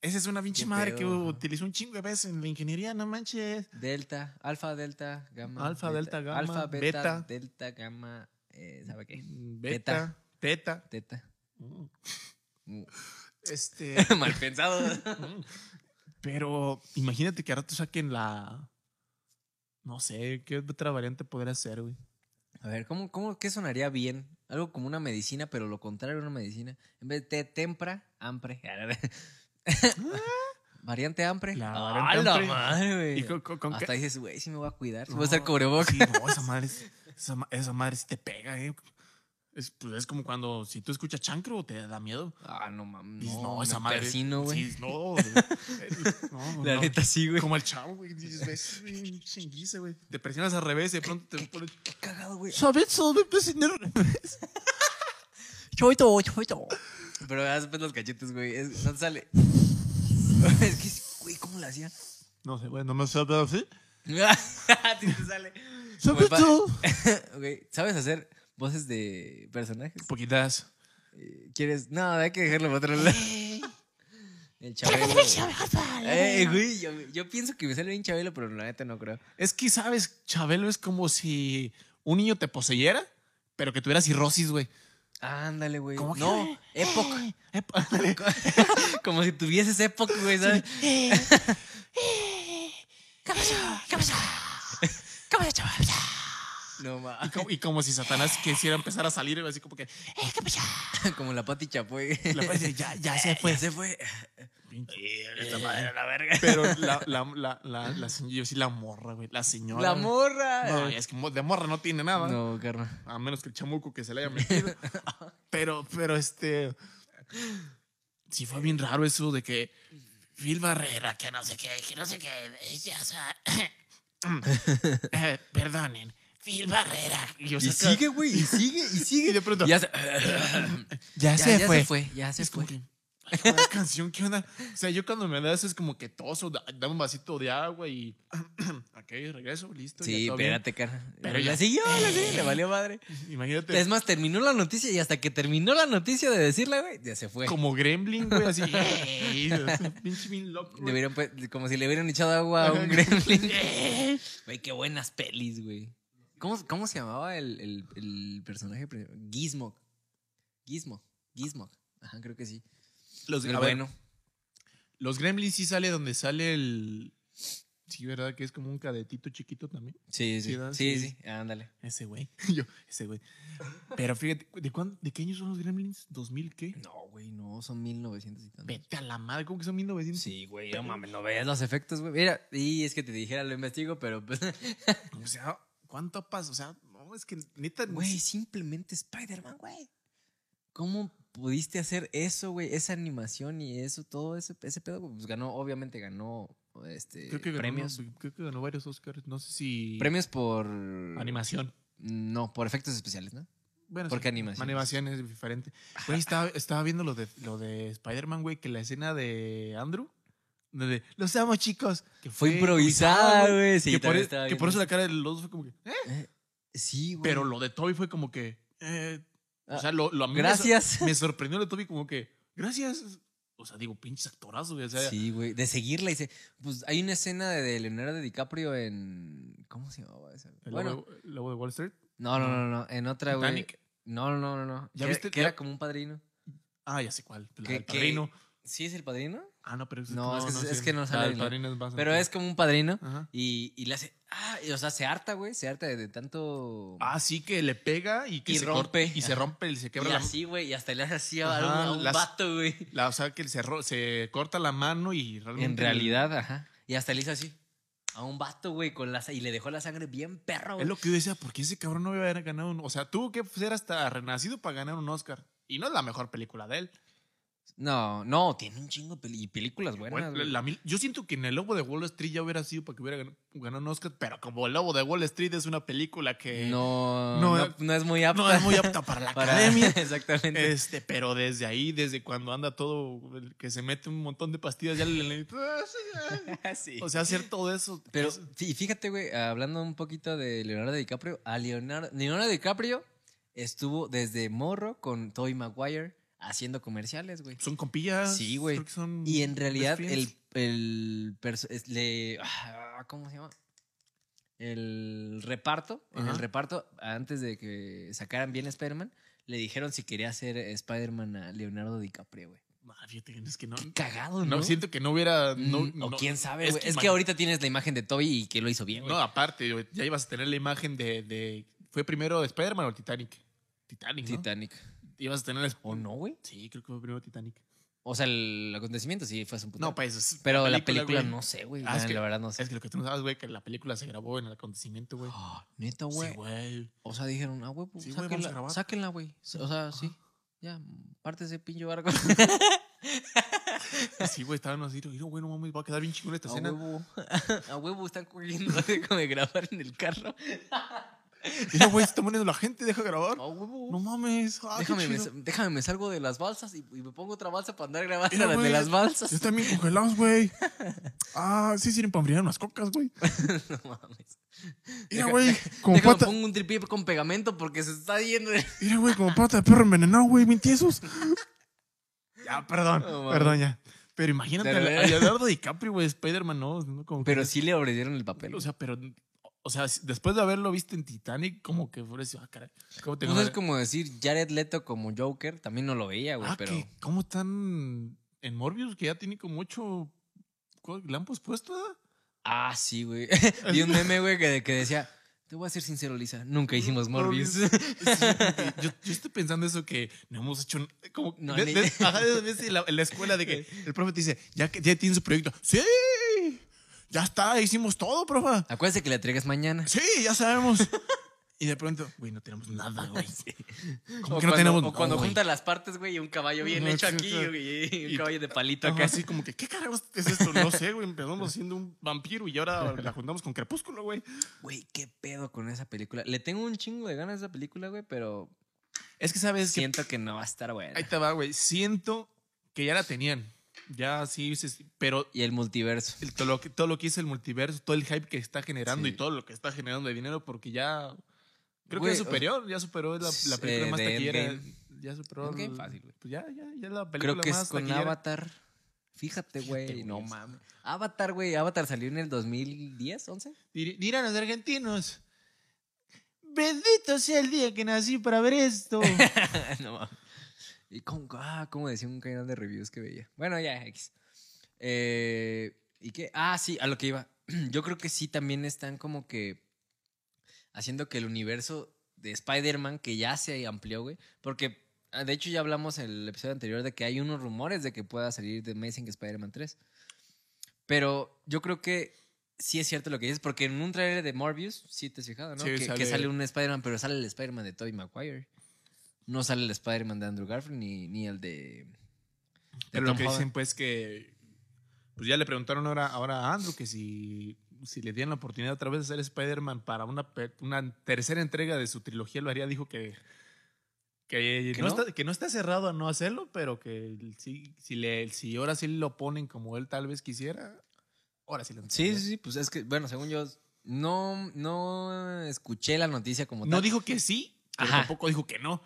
A: Esa es una pinche
B: Qué
A: madre que
B: pedo, ajá.
A: utilizó un chingo de veces en la ingeniería, no manches.
B: Delta, alfa, delta, gamma.
A: Alfa, delta, gamma,
B: Alfa, beta,
A: beta.
B: delta, gamma. Eh, ¿Sabe qué?
A: Beta. Teta.
B: Teta. Mm.
A: Este.
B: Mal pensado.
A: mm. pero imagínate que ahora te saquen la. No sé, ¿qué otra variante podría ser, güey?
B: A ver, ¿cómo, cómo, ¿qué sonaría bien? Algo como una medicina, pero lo contrario a una medicina. En vez de té, tempra, ampre. Variante ampre.
A: La
B: ¡Ah,
A: variante
B: la
A: ampre.
B: madre, güey!
A: ¿Y con, con- con qué?
B: Hasta dices, güey, sí me voy a cuidar.
A: Eh,
B: sí
A: No,
B: voy a estar cubrebocas.
A: sí, no, esa madre, es- esa, ma- esa madre sí te pega, eh. Es, pues es como cuando si tú escuchas chancro te da miedo.
B: Ah, no mames.
A: Dices, no,
B: No,
A: esa madre.
B: Persino, güey.
A: sí, no. eh, no,
B: La
A: no.
B: neta sí, güey.
A: Como el chavo, güey. Dices, ves, güey, un chinguice, güey. Te presionas al revés y de pronto te pones.
B: Qué cagado, güey.
A: ¿Sabes? ¿Sabes?
B: Choito, choito. Pero haz pues, los cachetes, güey. Es, no te sale. es que, güey, ¿cómo la hacía?
A: No sé, güey, no me sabes así.
B: A ti te sale.
A: ¿Sabes?
B: pa-
A: tú?
B: Güey, ¿sabes hacer voces de personajes?
A: Poquitas.
B: Eh, ¿Quieres? No, hay que dejarlo para otro lado. El Chabelo. Eh, güey, yo, yo pienso que me sale bien Chabelo, pero la neta no creo.
A: Es que, ¿sabes? Chabelo es como si un niño te poseyera, pero que tuviera cirrosis, güey.
B: Ándale, güey.
A: ¿Cómo que? Eh.
B: No, Epoch.
A: Ep-
B: Como si tuvieses Epoch, güey, ¿sabes? No, ma.
A: Y como, y como si Satanás quisiera empezar a salir, así como que. "Eh, ¿qué pasó?"
B: Como la Pati Chapoy.
A: Y la parece, ya, ya se fue.
B: se fue.
A: Esta madre, la verga. Pero la, la, la, la, la señora, yo sí la morra, güey. La señora.
B: La
A: güey.
B: morra.
A: No, es que mo- de morra no tiene nada.
B: No, carnal.
A: A menos que el chamuco que se le haya metido. pero, pero este. Sí fue bien raro eso de que. Phil Barrera, que no sé qué, que no sé qué. eh, Ya, o sea, eh, perdonen. Phil Barrera. Y, yo
B: Y
A: saca-
B: sigue, güey. Y sigue, y
A: Pues y
B: sigue.
A: de pronto.
B: Ya se, ya- ya se fue. Ya se
A: Es
B: fue.
A: como que. "Ay, joder, canción, ¿qué onda? O sea, yo cuando me da eso es como que toso, da- dame un vasito de agua y. ok, regreso, listo. ya
B: Sí,
A: todo bien.
B: espérate, carnal.
A: Pero
B: Pero
A: ya-
B: ya siguió, la siguió, le valió madre.
A: Imagínate.
B: Es más, terminó la noticia y hasta que terminó la noticia de decirla, güey, ya se fue.
A: Como gremlin, güey, así. eh, Pinche bien loco.
B: Le hubieran pu- como si le hubieran echado agua a un gremlin. Güey, qué buenas pelis, güey. ¿Cómo, cómo se llamaba el, el, el personaje? pri- Gizmo. Gizmo. Gizmo. Ajá, creo que sí.
A: Los,
B: El
A: a ver,
B: bueno.
A: Ah, los gremlins sí sale donde sale el. Sí, ¿verdad? Que es como un cadetito chiquito también. Sí,
B: Sí, sí.
A: ¿verdad?
B: Sí,
A: Sí.
B: sí. Ándale.
A: Ese güey. Yo, ese güey. Pero fíjate, ¿de, cuán- ¿de qué años son los gremlins? ¿2000 qué?
B: No, güey, no, son 1900 y tantos.
A: Vete a la madre, ¿cómo que son 1900?
B: Sí, güey, no mames, no veas los efectos, güey. Mira, y es que te dijera, lo investigo, pero pues.
A: O sea, ¿cuánto pasa? O sea, no, es que neta.
B: Güey, simplemente Spider-Man, güey. ¿Cómo pudiste hacer eso, güey? Esa animación y eso, todo ese, ese pedo, güey. Pues ganó, obviamente ganó este,
A: Creo que ganó,
B: premios.
A: creo que ganó varios Oscars. No sé si.
B: Premios por.
A: Animación.
B: No, por efectos especiales, ¿no?
A: Bueno,
B: Porque
A: sí,
B: animación.
A: Animación es diferente. Güey, estaba, estaba viendo lo de, lo de Spider-Man, güey, que la escena de Andrew, donde los amo, chicos, que
B: Fue improvisada, güey. Sí,
A: que por,
B: también
A: e-
B: estaba
A: que
B: viendo
A: por eso
B: eso.
A: la cara de los dos fue como que. "Eh",
B: Sí, güey.
A: Pero lo de Toby fue como que. eh, o
B: Ah,
A: sea, lo, lo a mí me sor-
B: Gracias.
A: Me, sorprendió lo de Toby como que. Gracias. O sea, digo, pinches actorazo, güey. O sea,
B: Sí, güey. De seguirla. Y se- pues hay una escena de Leonardo DiCaprio en. ¿Cómo se llamaba esa?
A: el
B: Bueno,
A: lobo, el lobo de Wall Street.
B: no, no, no, no. En otra, güey.
A: Titanic.
B: No, no, no, no.
A: ¿Ya
B: que,
A: viste?
B: que
A: Ya-
B: era como un padrino.
A: Ah, ya sé cuál. la
B: Que-
A: del
B: que-
A: padrino.
B: ¿Sí es el padrino?
A: Ah, no, pero
B: No, es que- es
A: sí,
B: que no
A: la
B: sale
A: del
B: el-
A: padrino es más
B: Pero
A: antigua.
B: es como un padrino.
A: Ajá.
B: Y, y le hace. Ah, y, o sea, se harta, güey. Se harta de, de tanto.
A: Ah, sí, que le pega y que
B: Y
A: se cor-
B: rompe.
A: Y se rompe y se
B: y
A: quebra la,
B: así, güey. Y hasta le hace así
A: Ajá,
B: a, un, a un
A: las-
B: vato, güey.
A: La, o sea, que se, ro- se corta la mano y realmente.
B: En realidad, ajá. Y hasta le hizo así. A un vato, güey. Con la, sa- y le dejó la sangre bien perro,
A: Es
B: güey.
A: lo que yo decía, ¿por qué ese cabrón no había ganado un.? O sea, tuvo que ser hasta renacido para ganar un Oscar. Y no es la mejor película de él.
B: No, no. Tiene un chingo de peli- y películas buenas,
A: Bueno,
B: güey.
A: la mil- yo siento que en El Lobo de Wall Street ya hubiera sido para que hubiera ganado, ganado un Oscar, pero como El Lobo de Wall Street es una película que no,
B: no,
A: no,
B: no, no es muy apta.
A: es muy apta para la
B: para-
A: academia.
B: Exactamente.
A: Este, pero desde ahí, desde cuando anda todo, el que se mete un montón de pastillas, ya le. le-
B: sí.
A: o sea, hacer todo eso.
B: Pero
A: es-
B: fí- fíjate, güey, hablando un poquito de Leonardo DiCaprio, a Leonardo, Leonardo DiCaprio estuvo desde morro con Tobey Maguire haciendo comerciales, güey.
A: son compillas.
B: Sí, güey.
A: creo que son
B: Y en
A: best
B: realidad
A: friends.
B: el, el perso- es- le, ah, ¿cómo se llama? El reparto, en
A: Ajá.
B: el reparto antes de que sacaran bien Spider-Man, le dijeron si quería hacer Spider-Man a Leonardo DiCaprio, güey.
A: No, Ah, fíjate que no, es que no.
B: Qué cagado, ¿no?
A: No, siento que no hubiera. No,
B: Mm, o
A: no-
B: quién sabe,
A: es
B: güey. Es,
A: que
B: que,
A: imagi-
B: ahorita tienes la imagen de Toby y que lo hizo bien, güey.
A: no, aparte, güey, ya ibas a tener la imagen de. de- ¿Fue primero Spider-Man o Titanic? Titanic, ¿no?
B: Titanic.
A: Ibas a tener.
B: ¿O no, güey?
A: Sí, creo que fue primero Titanic.
B: O sea, el acontecimiento sí fue hace un puto.
A: No, pues. es-
B: pero la película
A: güey.
B: no sé, güey.
A: Ah, es
B: la,
A: que-
B: la verdad no sé.
A: Es que lo que tú no sabes, güey, que la película se grabó en el acontecimiento, güey.
B: Ah, Neta,
A: Sí,
B: güey.
A: güey.
B: o sea, dijeron, ah, güey, pues
A: Sí, güey, vamos a
B: sáquenla,
A: grabar.
B: sáquenla, güey. O sea, sí. Ya, parte ese pinche barco.
A: Sí, güey, estaban así, "Mira, güey, no mames, va a quedar bien chingón esta
B: A
A: escena.
B: huevo. A huevo están corriendo así como de grabar en el carro.
A: Mira, güey, se está poniendo la gente, deja grabar.
B: A huevo.
A: No mames. ah, qué
B: déjame, me,
A: chido.
B: sa- déjame, me salgo de las balsas y, y me pongo otra balsa para andar grabando
A: Mira,
B: las de
A: güey,
B: las
A: Ya
B: balsas.
A: están bien congelados, güey. Ah, sí sirven para enfriar unas cocas, güey.
B: no mames.
A: Mira,
B: Deja-
A: güey, como
B: Déjame,
A: pata,
B: pongo un tripié con pegamento porque se está yendo. de-
A: mira, güey, como pata de perro envenenado, güey, bien tiesos. Ya, perdón,
B: No mames.
A: perdón ya. Pero imagínate a
B: Dale,
A: Le- a
B: dale.
A: Leonardo DiCaprio, güey, Spider-Man, no, no, como que-
B: Pero sí le ofrecieron el papel.
A: o sea, pero o sea, si- después de haberlo visto en Titanic, como que fue así, ah, caray. ¿Cómo te
B: Pues es como decir Jared Leto como Joker, también no lo veía, güey,
A: Ah,
B: pero
A: que, ¿cómo están en Morbius que ya tiene como ocho co- lampos puestos? ¿verdad?
B: ah, sí, güey. Vi un meme, güey, que, que decía, te voy a ser sincero, Lisa, nunca hicimos Morbius.
A: Sí, porque yo, yo estoy pensando eso que no hemos hecho n- como
B: No,
A: ves-
B: ni-
A: ves- ajá, ves en la, en la escuela de que el profe te dice ya que ya tiene su proyecto sí ya está hicimos todo profe
B: Acuérdate que la entregas mañana.
A: sí ya sabemos y de pronto güey no tenemos nada güey como
B: O
A: que no
B: cuando-
A: tenemos
B: o cuando
A: no, güey.
B: juntas las partes, güey, y un caballo bien
A: Ajá,
B: hecho
A: sí,
B: aquí,
A: claro.
B: güey, y un
A: Y-
B: caballo de palito
A: Ajá,
B: acá.
A: así como que, ¿qué carajos es esto? No sé, güey. Empezamos siendo un vampiro y ahora la juntamos con Crepúsculo, güey.
B: Güey, qué pedo con esa película. Le tengo un chingo de ganas a esa película, güey, pero
A: Es que, ¿sabes que
B: siento que no va a estar buena.
A: Ahí te va, güey. Siento que ya la tenían. Ya sí, sí, sí, pero
B: Y el multiverso.
A: el- todo, lo que, todo lo que hizo el multiverso, todo el hype que está generando
B: Sí.
A: y todo lo que está generando de dinero, porque ya. Creo
B: Güey,
A: que ya
B: o-
A: superó, ya superó la, la
B: Eh,
A: película más
B: de
A: taquillera.
B: Endgame.
A: Ya superó.
B: Endgame
A: el-
B: fácil, güey.
A: Pues ya, ya, ya la película
B: Creo que
A: más
B: es con
A: taquillera.
B: Avatar. Fíjate, güey.
A: güey,
B: No
A: es-
B: mames. Avatar, güey. Avatar salió en el 2010, 11.
A: Dir- Dirán los argentinos. Bendito sea el día que nací para ver esto.
B: no mames. Y como, ah, como decía un canal de reviews que veía. Bueno, ya, X. Eh, ¿Y qué? Ah, sí, a lo que iba. Yo creo que sí también están como que haciendo que el universo de Spider-Man, que ya se amplió, güey. Porque, ah, de hecho, ya hablamos en el episodio anterior de que hay unos rumores de que pueda salir The Amazing Spider-Man 3. Pero yo creo que sí es cierto lo que dices, porque en un trailer de Morbius, sí te has fijado, ¿no?
A: Sí,
B: que, que
A: sale-
B: sale un Spider-Man, pero sale el Spider-Man de Tobey Maguire. No sale el Spider-Man de Andrew Garfield ni, ni el de. de
A: Pero lo
B: Tom
A: que
B: Holland.
A: dicen, pues, que. Pues ya le preguntaron ahora, ahora a Andrew que si, si le dieran la oportunidad otra vez de ser Spider-Man para una, pe- una tercera entrega de su trilogía, lo haría. Dijo que. Que,
B: ¿Que
A: no,
B: no?
A: Está, que no está cerrado a no hacerlo, pero que sí, si, le, si ahora sí lo ponen como él tal vez quisiera, ahora sí lo
B: Sí, sí, sí, pues es que, bueno, según yo, no, no escuché la noticia como
A: No
B: tal.
A: dijo que sí, pero
B: Ajá.
A: tampoco dijo que no.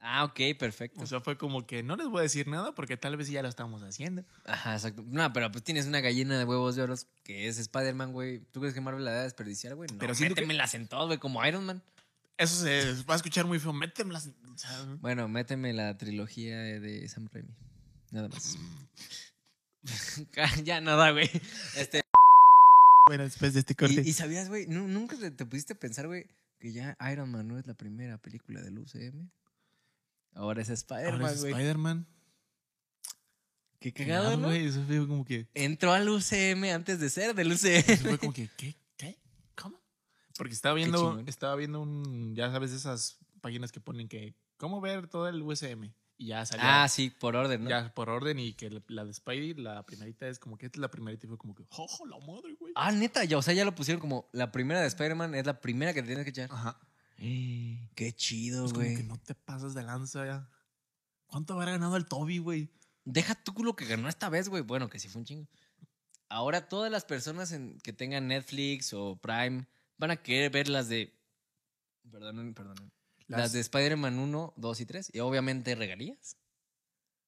B: Ah, ok, perfecto.
A: O sea, fue como que no les voy a decir nada porque tal vez ya lo estamos haciendo.
B: Ajá, exacto. No, pero pues tienes una gallina de huevos de oro que es Spider-Man, güey. ¿Tú crees que Marvel la va a desperdiciar, güey? No,
A: Pero
B: pero
A: siento que-
B: métemelas en todo, güey, como Iron Man.
A: Eso se va a escuchar muy feo. Métemela. o sea,
B: Bueno, méteme la trilogía de Sam Raimi. Nada más.
A: Mm.
B: ya nada, güey. Este,
A: bueno, después de este corte.
B: y, y sabías, güey, nu- nunca te, te pudiste pensar, güey, que ya Iron Man no es la primera película del UCM. Ahora es
A: Ahora
B: Spider-Man,
A: es
B: güey.
A: Spider-Man.
B: Qué
A: Qué
B: cagado,
A: mal,
B: ¿no?
A: güey. Eso fue como que.
B: Entró al UCM antes de ser del
A: eso
B: UCM.
A: fue como que, ¿qué? ¿Qué? ¿Cómo? Porque estaba
B: Qué
A: viendo,
B: chingón.
A: estaba viendo un. Ya sabes, esas páginas que ponen que. ¿Cómo ver todo el USM? Y ya salió.
B: Ah, sí, por orden, ¿no?
A: Ya por orden y que la, la de Spidey, la primerita es como que esta es la primerita y fue como que, ¡ojo, la madre, güey!
B: Ah, neta, ya, o sea, ya lo pusieron como la primera de Spider-Man es la primera que te tienes que echar.
A: Ajá.
B: Qué chido,
A: Es como que
B: güey.
A: no te pasas de lanza ya. ¿Cuánto habrá ganado el Toby, güey?
B: Deja tú lo que ganó esta vez, güey. Bueno, que sí fue un chingo. Ahora todas las personas en- que tengan Netflix o Prime van a querer ver las de. Perdón, perdón. Las, de Spider-Man 1, 2 y 3. Y obviamente regalías.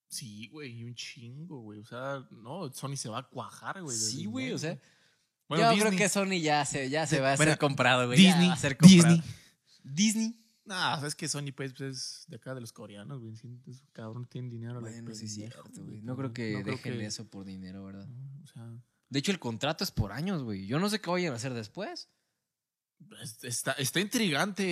A: Sí, güey, y un chingo, güey. O sea, no, Sony se va a cuajar, güey. de
B: sí, güey,
A: dinero,
B: o sea.
A: Bueno,
B: yo
A: Disney.
B: creo que Sony ya se, ya se
A: Sí,
B: va a
A: bueno,
B: ser comprado, güey. ya
A: Disney,
B: va a ser comprado.
A: Disney.
B: Disney.
A: Nah, sabes que Sony pues, pues, es de acá de los coreanos, güey. Sí, entonces, cabrón tiene dinero. a lo
B: Bueno,
A: pendejo,
B: sí, cierto, güey. No creo que
A: No creo
B: dejen
A: que-
B: eso por dinero, ¿verdad?
A: No, O sea,
B: De hecho, el contrato es por años, güey. Yo no sé qué vayan a hacer después.
A: es- está, está intrigante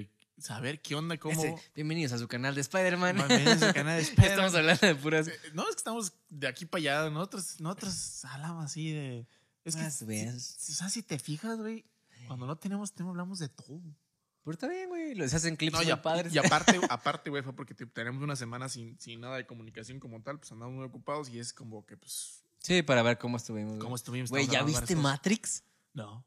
A: eh, saber qué onda, cómo.
B: Este, bienvenidos a su canal de Spider-Man.
A: Bienvenidos a su canal de
B: Estamos
A: Spider-Man.
B: hablando de puras.
A: Eh, No, es que estamos de aquí para allá. Nosotros, nosotros hablamos así de. Es que.
B: Más
A: si-
B: veas.
A: si- o sea, si te fijas, güey, cuando no tenemos tema hablamos de todo.
B: Pero está bien, güey. Los hacen clips
A: No, y,
B: muy
A: a-
B: pues padres.
A: y aparte, aparte, güey, fue porque te- tenemos una semana sin, sin nada de comunicación como tal, pues andamos muy ocupados y es como que, pues,
B: Sí, para ver cómo estuvimos.
A: ¿cómo
B: güey.
A: estuvimos?
B: Güey,
A: Estamos
B: ¿ya
A: hablando
B: viste
A: varias
B: Matrix?
A: cosas. No.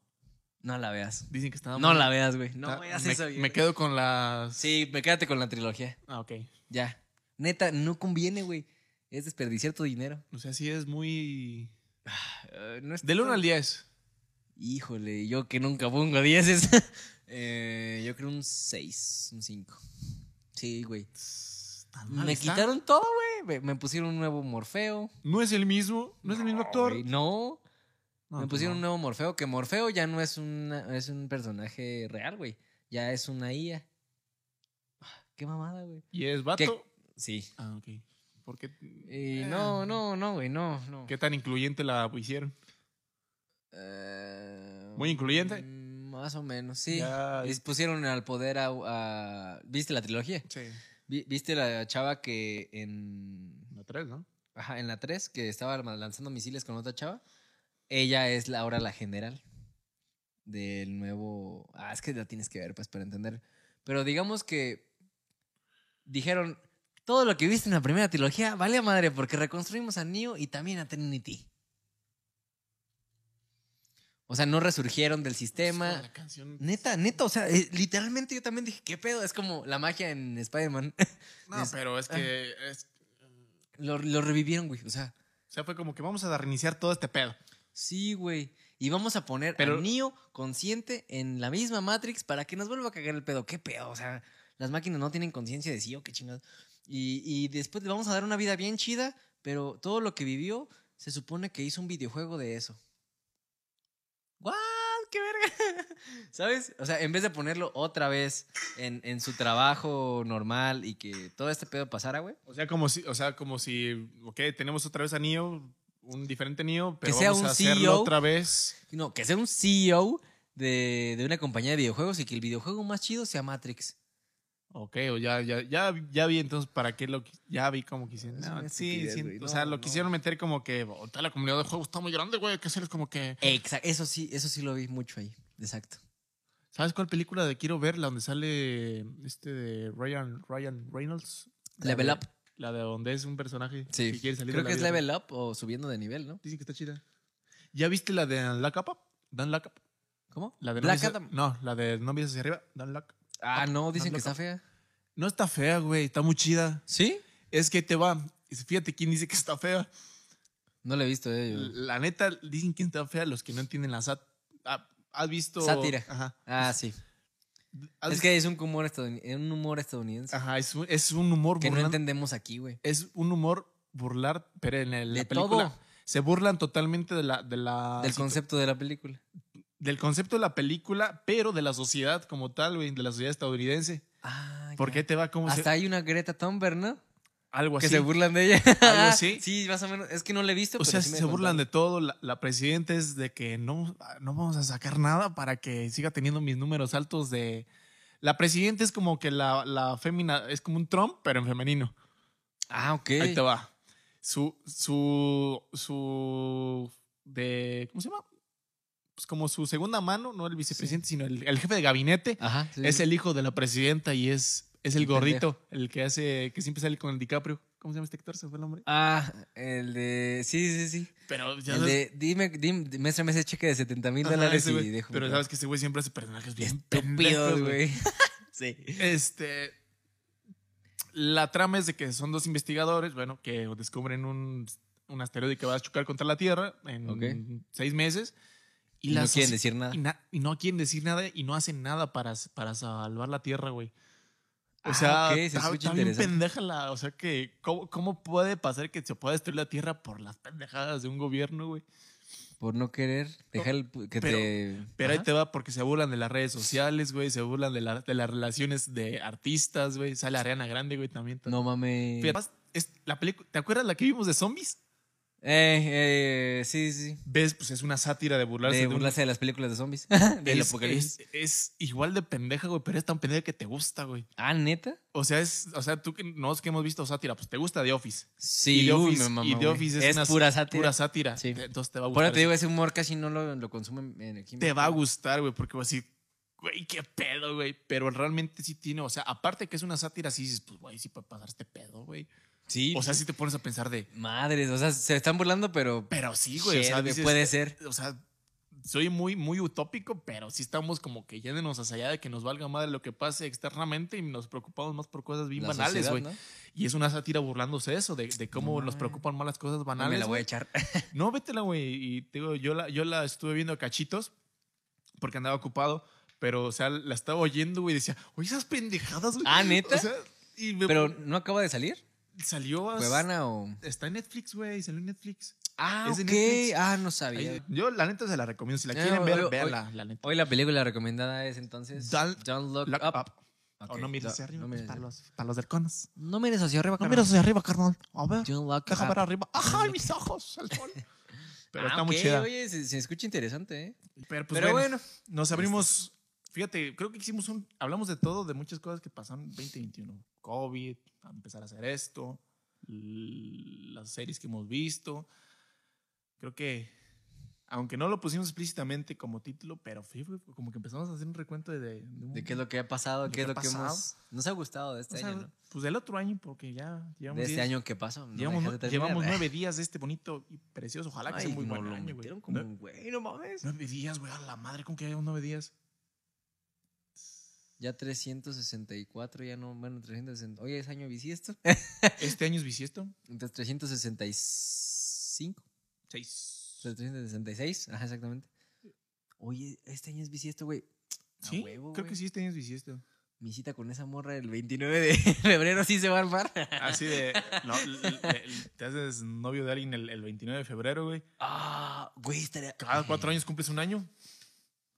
B: No la veas.
A: Dicen que estábamos.
B: No la veas, güey. No
A: está-
B: veas
A: me,
B: eso. güey.
A: me quedo con las.
B: Sí, me quédate con la trilogía.
A: Ah, ok.
B: Ya. Neta, no conviene, güey. Es desperdiciar tu dinero.
A: O sea, sí es muy.
B: Eh, no es
A: Del 1 al 10.
B: Híjole, yo que nunca pongo 10 eh, yo creo un 6, un 5. Sí, güey.
A: Tan mal
B: Me
A: está.
B: quitaron todo, güey. Me, me pusieron un nuevo Morfeo.
A: No es el mismo, no es el mismo actor.
B: güey, No.
A: No,
B: me
A: pues
B: pusieron un
A: no.
B: nuevo Morfeo, que Morfeo ya no es, una- es un personaje real, güey. Ya es una IA. Ah, Qué mamada, güey.
A: ¿Y es vato?
B: ¿Qué? Sí.
A: Ah, ok. ¿Por qué?
B: Y
A: Eh,
B: no, no, no, güey, no, no.
A: ¿Qué tan incluyente la hicieron?
B: Eh,
A: ¿Muy incluyente?
B: mm, Más o menos, sí.
A: Ya-
B: Les pusieron al poder a, a- ¿Viste la trilogía?
A: Sí.
B: Vi- ¿Viste la chava que en.
A: La tres, ¿no?
B: Ajá, en la 3, que estaba arma- lanzando misiles con otra chava? Ella es la- ahora la general del nuevo. Ah, es que la tienes que ver, pues, para entender. Pero digamos que. Dijeron. Todo lo que viste en la primera trilogía vale a madre porque reconstruimos a Neo y también a Trinity. O sea, no resurgieron del sistema.
A: La canción.
B: Neta, neta, o sea, eh, literalmente yo también dije, ¿qué pedo? Es como la magia en Spider-Man.
A: No,
B: es- ah.
A: pero es que. es-
B: lo, lo revivieron, güey. O sea,
A: o sea, fue como que vamos a reiniciar todo este pedo.
B: sí, güey. Y vamos a poner
A: Pero-
B: a Neo consciente en la misma Matrix para que nos vuelva a cagar el pedo. ¿Qué pedo? O sea, las máquinas no tienen conciencia de sí o qué chingados. Y, y después le vamos a dar una vida bien chida, pero todo lo que vivió se supone que hizo un videojuego de eso. ¿What? ¡Qué verga! ¿Sabes? O sea, en vez de ponerlo otra vez en, en su trabajo normal y que todo este pedo pasara, güey.
A: O sea, como si, o sea, como si, ok, tenemos otra vez a Neo, un diferente Neo, pero
B: Que sea
A: vamos
B: un E
A: a hacerlo
B: CEO.
A: otra vez.
B: No, que sea un CEO de, de una compañía de videojuegos y que el videojuego más chido sea Matrix.
A: Ok, o ya, ya, ya, ya vi entonces para qué lo qui- ya vi como quisieron.
B: Es una
A: No, sí,
B: estupidez,
A: sí,
B: güey.
A: o
B: No,
A: sea, lo
B: no.
A: quisieron meter como que ahorita la comunidad de juegos está muy grande, güey, hay que hacerles como que.
B: Exacto. Eso sí, eso sí lo vi mucho ahí. Exacto.
A: ¿Sabes cuál película de quiero ver? La donde sale este de Ryan, Ryan Reynolds. La
B: Level
A: de-
B: Up.
A: La de donde es un personaje
B: Sí.
A: que quiere salir
B: Creo
A: de la
B: que es
A: vida
B: level
A: real.
B: up o subiendo de nivel, ¿no?
A: Dicen que está chida. ¿Ya viste la de Dan Up? Dan Up.
B: ¿Cómo?
A: La de no
B: Black
A: mires-
B: Adam.
A: No, la de No mires hacia arriba. Dan
B: Ah, no, dicen
A: Black
B: que está fea.
A: No está fea, güey. Está muy chida.
B: ¿Sí?
A: Es que te va. Fíjate quién dice que está fea.
B: No la he visto eh, yo.
A: La neta, dicen quién está fea los que no entienden la sat. ah, ¿Has visto?
B: Sátira.
A: Ajá.
B: Ah, sí.
A: ¿Has Ah,
B: Es
A: visto-
B: que es un humor estadounidense. Un humor estadounidense
A: Ajá, es un, es un humor
B: que no
A: burlante.
B: entendemos aquí, güey.
A: es un humor burlar, pero en el, la
B: De
A: película.
B: todo.
A: Se burlan totalmente de la, de la
B: Del
A: situ-
B: concepto de la película.
A: del concepto de la película, pero de la sociedad como tal, güey, de la sociedad estadounidense.
B: Ah,
A: ¿Por
B: ya.
A: qué e-? te va como
B: Hasta hay una Greta Thunberg, ¿no?
A: algo
B: Que
A: así?
B: se burlan de ella.
A: Algo así.
B: Sí, más o menos. Es que no la he visto.
A: O sea, se burlan de todo. La, la presidenta es de que no, ah, no vamos a sacar nada para que siga teniendo mis números altos de... La presidenta es como que la, la fémina, es como un Trump, pero en femenino.
B: Ah, ok.
A: Ahí te va. Su, su, su, de, ¿cómo se llama? Pues como su segunda mano, no el vicepresidente, sino el, el jefe de gabinete.
B: Ajá. sí,
A: Es
B: sí.
A: el hijo de la presidenta y es, es el
B: El pendejo.
A: gordito, el que hace, que siempre sale con el DiCaprio. ¿Cómo se llama este actor? ¿Se fue el nombre?
B: Ah, el de. Sí, sí, sí.
A: Pero ya
B: El
A: sabes-
B: de. Dime, dime, muéstrame ese cheque de 70 mil
A: Ajá,
B: dólares
A: ese
B: y
A: güey.
B: dejo.
A: Pero sabes que ese güey siempre hace personajes bien
B: Estúpidos,
A: pendejos,
B: güey. sí.
A: Este. La trama es de que son dos investigadores, bueno, que descubren un, un asteroide que va a chocar contra la Tierra en
B: Ok.
A: seis meses.
B: Y no
A: la
B: quieren
A: soci-
B: decir nada.
A: Y, na- y no quieren decir nada y no hacen nada para, para salvar la Tierra, güey. O
B: Ah,
A: sea,
B: ok, se
A: está,
B: escucha
A: está bien
B: interesante.
A: pendeja la. O sea, que ¿cómo, ¿cómo puede pasar que se pueda destruir la Tierra por las pendejadas de un gobierno, güey?
B: Por no querer dejar el pu- que
A: Pero-
B: te.
A: Pero ahí
B: Ajá.
A: te va porque se burlan de las redes sociales, güey. Se burlan de, la- de las relaciones de artistas, güey. Sale Ariana Grande, güey, también.
B: No mames.
A: Fíjate, además, es la película, ¿Te acuerdas la que vimos de zombies?
B: Eh, eh, sí, sí. sí.
A: ¿Ves? Pues es una sátira de burlarse
B: De
A: de, un-
B: burlarse de las películas de zombies. Del
A: es,
B: apocalipsis.
A: es- es igual de pendeja, güey, pero es tan pendeja que te gusta, güey.
B: Ah, ¿neta?
A: O sea, es, o sea, tú que nos que hemos visto sátira, pues te gusta The Office.
B: Sí,
A: y The
B: uy,
A: Office,
B: me mamó,
A: y The
B: güey.
A: Office es, una
B: pura sátira.
A: pura sátira.
B: Sí.
A: Te- Entonces te va a
B: Por
A: gustar.
B: eso te digo, ese humor casi no lo, lo consumen en el gimnasio.
A: te va a gustar, güey, porque vas a decir, güey, qué pedo, güey. Pero realmente sí tiene, o sea, aparte que es una sátira, sí dices, pues, güey, sí puede pasar este pedo, güey.
B: Sí.
A: O sea, sí te pones a pensar de,
B: madres, o sea, se están burlando, pero.
A: pero sí, güey. O
B: shit,
A: sea,
B: güey,
A: dices,
B: puede ser.
A: o sea, soy muy, muy utópico, pero sí estamos como que yéndonos hacia allá de que nos valga madre lo que pase externamente y nos preocupamos más por cosas bien
B: La
A: banales,
B: sociedad,
A: güey.
B: ¿no?
A: Y es una sátira burlándose de eso, de, de cómo
B: No
A: nos
B: mames.
A: preocupan más las cosas
B: No me
A: banales.
B: la voy a
A: güey.
B: echar.
A: No, vétela, güey. Y te digo, yo la, yo la estuve viendo a cachitos porque andaba ocupado, pero, o sea, la estaba oyendo, güey, y decía, oye, esas pendejadas, güey.
B: Ah, ¿neta?
A: O sea, y me-
B: Pero no acaba de salir.
A: salió. a-
B: Cuevana o.
A: Está en Netflix, güey, salió en Netflix.
B: Ah,
A: es de
B: ok.
A: Netflix.
B: Ah, no sabía.
A: Ahí- yo, la neta, se la recomiendo. Si la
B: No,
A: quieren
B: hoy-
A: ver,
B: hoy-
A: véanla, la neta.
B: Hoy la película recomendada es entonces.
A: Don't-
B: Don't Look,
A: Lock
B: Up.
A: up.
B: Ok,
A: O no mires
B: lo-
A: hacia arriba,
B: No
A: pues,
B: mires,
A: para, los, para los halcones.
B: no mires hacia arriba,
A: No
B: carnal.
A: mires hacia arriba, carnal. A ver,
B: Don't Look
A: deja
B: Up.
A: ver arriba. ¡Ay, mis ojos! El sol. Pero
B: Ah,
A: está muy
B: ok,
A: chida.
B: Oye, se, se escucha interesante, ¿eh?
A: Pero, pues,
B: pero
A: bueno.
B: bueno.
A: Nos abrimos. Fíjate, creo que hicimos un. Hablamos de todo, de muchas cosas que pasaron en 2021. COVID, a empezar a hacer esto, l- las series que hemos visto. Creo que. Aunque no lo pusimos explícitamente como título, pero sí, fue como que empezamos a hacer un recuento de. De, un-
B: ¿De qué es lo que ha pasado?
A: Lo
B: ¿Qué
A: que
B: es
A: ha
B: lo que hemos.?
A: pasado.
B: Nos ha gustado de este
A: o sea,
B: año, ¿no?
A: Pues del otro año, porque ya llevamos.
B: de este
A: diez-
B: año que pasó. no me
A: llevamos,
B: dejas de
A: nue-
B: terminar. ¿eh?
A: llevamos nueve días de este bonito y precioso. Ojalá que
B: Ay,
A: sea muy
B: no,
A: buen
B: lo
A: año, güey.
B: metieron como
A: Nue-
B: un güey, no mames.
A: Nueve días, güey, a la madre, ¿con que llevamos nueve días?
B: Ya 364, ya no, bueno, 360. Oye, es año bisiesto.
A: ¿Este año es bisiesto?
B: Entonces 365,
A: Seis.
B: 366, ajá, exactamente. Oye, este año es bisiesto, güey. A
A: Sí,
B: huevo,
A: creo
B: güey.
A: que sí este año es bisiesto.
B: Mi cita con esa morra el 29 de febrero sí se va a armar.
A: Así de, no, l- l- l- te haces novio de alguien el, el 29 de febrero, güey.
B: Ah, güey, estaría.
A: Cada cuatro años cumples un año.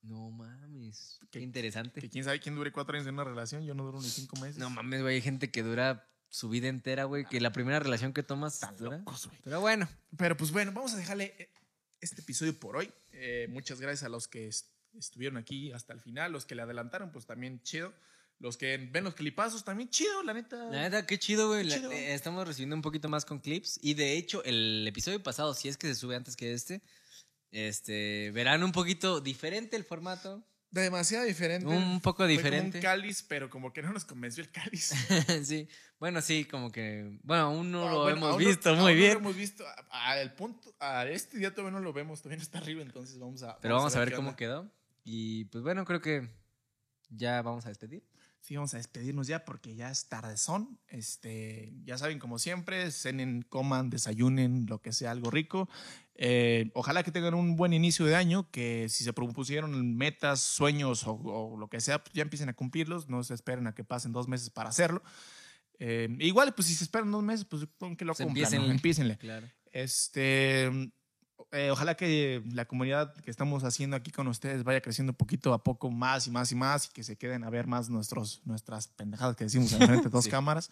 B: No mames. Qué
A: Que-
B: interesante.
A: Que quién sabe quién dure cuatro años en una relación. Yo no duro ni cinco meses.
B: No mames, güey, hay gente que dura su vida entera, güey, que la primera relación que tomas
A: Están
B: dura.
A: locos, güey.
B: Pero bueno,
A: Pero pues bueno, vamos a dejarle eh, este episodio por hoy. Eh, muchas gracias a los que est- estuvieron aquí hasta el final. Los que le adelantaron, pues también chido. Los que ven los clipazos, también chido, la neta.
B: La neta, qué chido, güey.
A: Qué
B: La-
A: chido.
B: eh, Estamos recibiendo un poquito más con clips. Y de hecho, el episodio pasado, si es que se sube antes que este, este verán un poquito diferente el formato.
A: Demasiado diferente.
B: Un poco
A: Fue como
B: diferente.
A: un cáliz, pero como que no nos convenció el cáliz.
B: sí. Bueno, sí, como que. Bueno, aún no
A: Ah,
B: lo
A: bueno,
B: hemos
A: aún no-
B: visto
A: aún
B: muy
A: no
B: bien.
A: lo hemos visto A- al punto, a este día todavía no lo vemos, todavía no está arriba, entonces vamos a.
B: pero vamos a ver
A: qué
B: cómo
A: onda.
B: quedó. Y pues bueno, creo que ya vamos a despedir.
A: Sí, vamos a despedirnos ya porque ya es tardezón. Este, ya saben, como siempre, cenen, coman, desayunen, lo que sea, algo rico. Eh, ojalá que tengan un buen inicio de año, que si se propusieron metas, sueños o, o lo que sea, pues ya empiecen a cumplirlos, no se esperen a que pasen dos meses para hacerlo. Eh, igual, pues si se esperan dos meses, pues pon que lo
B: Pues
A: cumplan,
B: empiecenle.
A: ¿no? empiecenle.
B: Claro.
A: Este, eh, ojalá que la comunidad que estamos haciendo aquí con ustedes vaya creciendo poquito a poco más y más y más y que se queden a ver más nuestros, nuestras pendejadas que decimos en frente de dos
B: Sí.
A: cámaras.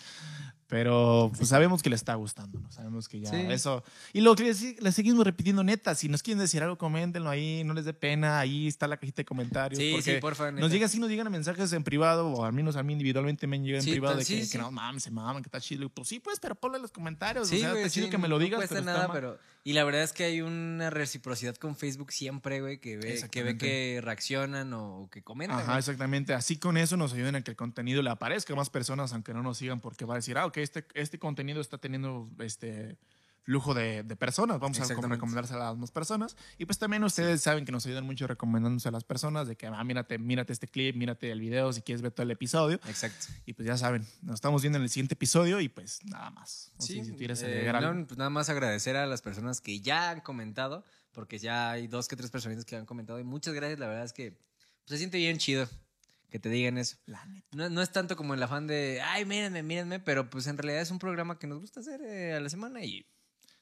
A: Pero pues sabemos que les está gustando, ¿no? sabemos que ya
B: Sí.
A: eso. Y lo que les, les seguimos repitiendo, neta, si nos quieren decir algo, coméntenlo ahí, no les dé pena, ahí está la cajita de comentarios.
B: Sí,
A: porque
B: sí, porfa. neta.
A: nos llegan, sí nos llegan mensajes en privado, o al menos a mí individualmente me han llegado
B: Sí,
A: en privado
B: tan-
A: de
B: sí,
A: que,
B: sí.
A: que no mames, se maman, que está chido. Y, Pues sí, pues, pero ponlo en los comentarios.
B: Sí,
A: o sea,
B: güey,
A: está chido
B: sí,
A: que me lo digas.
B: No cuesta
A: pero está
B: nada,
A: mal.
B: pero. Y la verdad es que hay una reciprocidad con Facebook siempre, güey, que ve que, ve
A: Exactamente.
B: que reaccionan o, o que comentan.
A: Ajá,
B: güey.
A: exactamente. Así con eso nos ayudan a que el contenido le aparezca a más personas, aunque no nos sigan, porque va a decir, ah, ok, este, este contenido está teniendo este flujo de, de personas, vamos a como
B: Exactamente.
A: recomendarse a las más personas. Y pues también ustedes saben que nos ayudan mucho recomendándose a las personas, de que, ah, mírate, mírate este clip, mírate el video si quieres ver todo el episodio.
B: Exacto.
A: Y pues ya saben, nos estamos viendo en el siguiente episodio y pues nada más. No sé si quieres
B: eh,
A: agregar algo.
B: no, pues nada más agradecer a las personas que ya han comentado, porque ya hay dos que tres personitas que han comentado. Y muchas gracias, la verdad es que pues, se siente bien chido que te digan eso.
A: La neta.
B: No, no es tanto como el afán de, ay, mírenme, mírenme, pero pues en realidad es un programa que nos gusta hacer eh, a la semana y,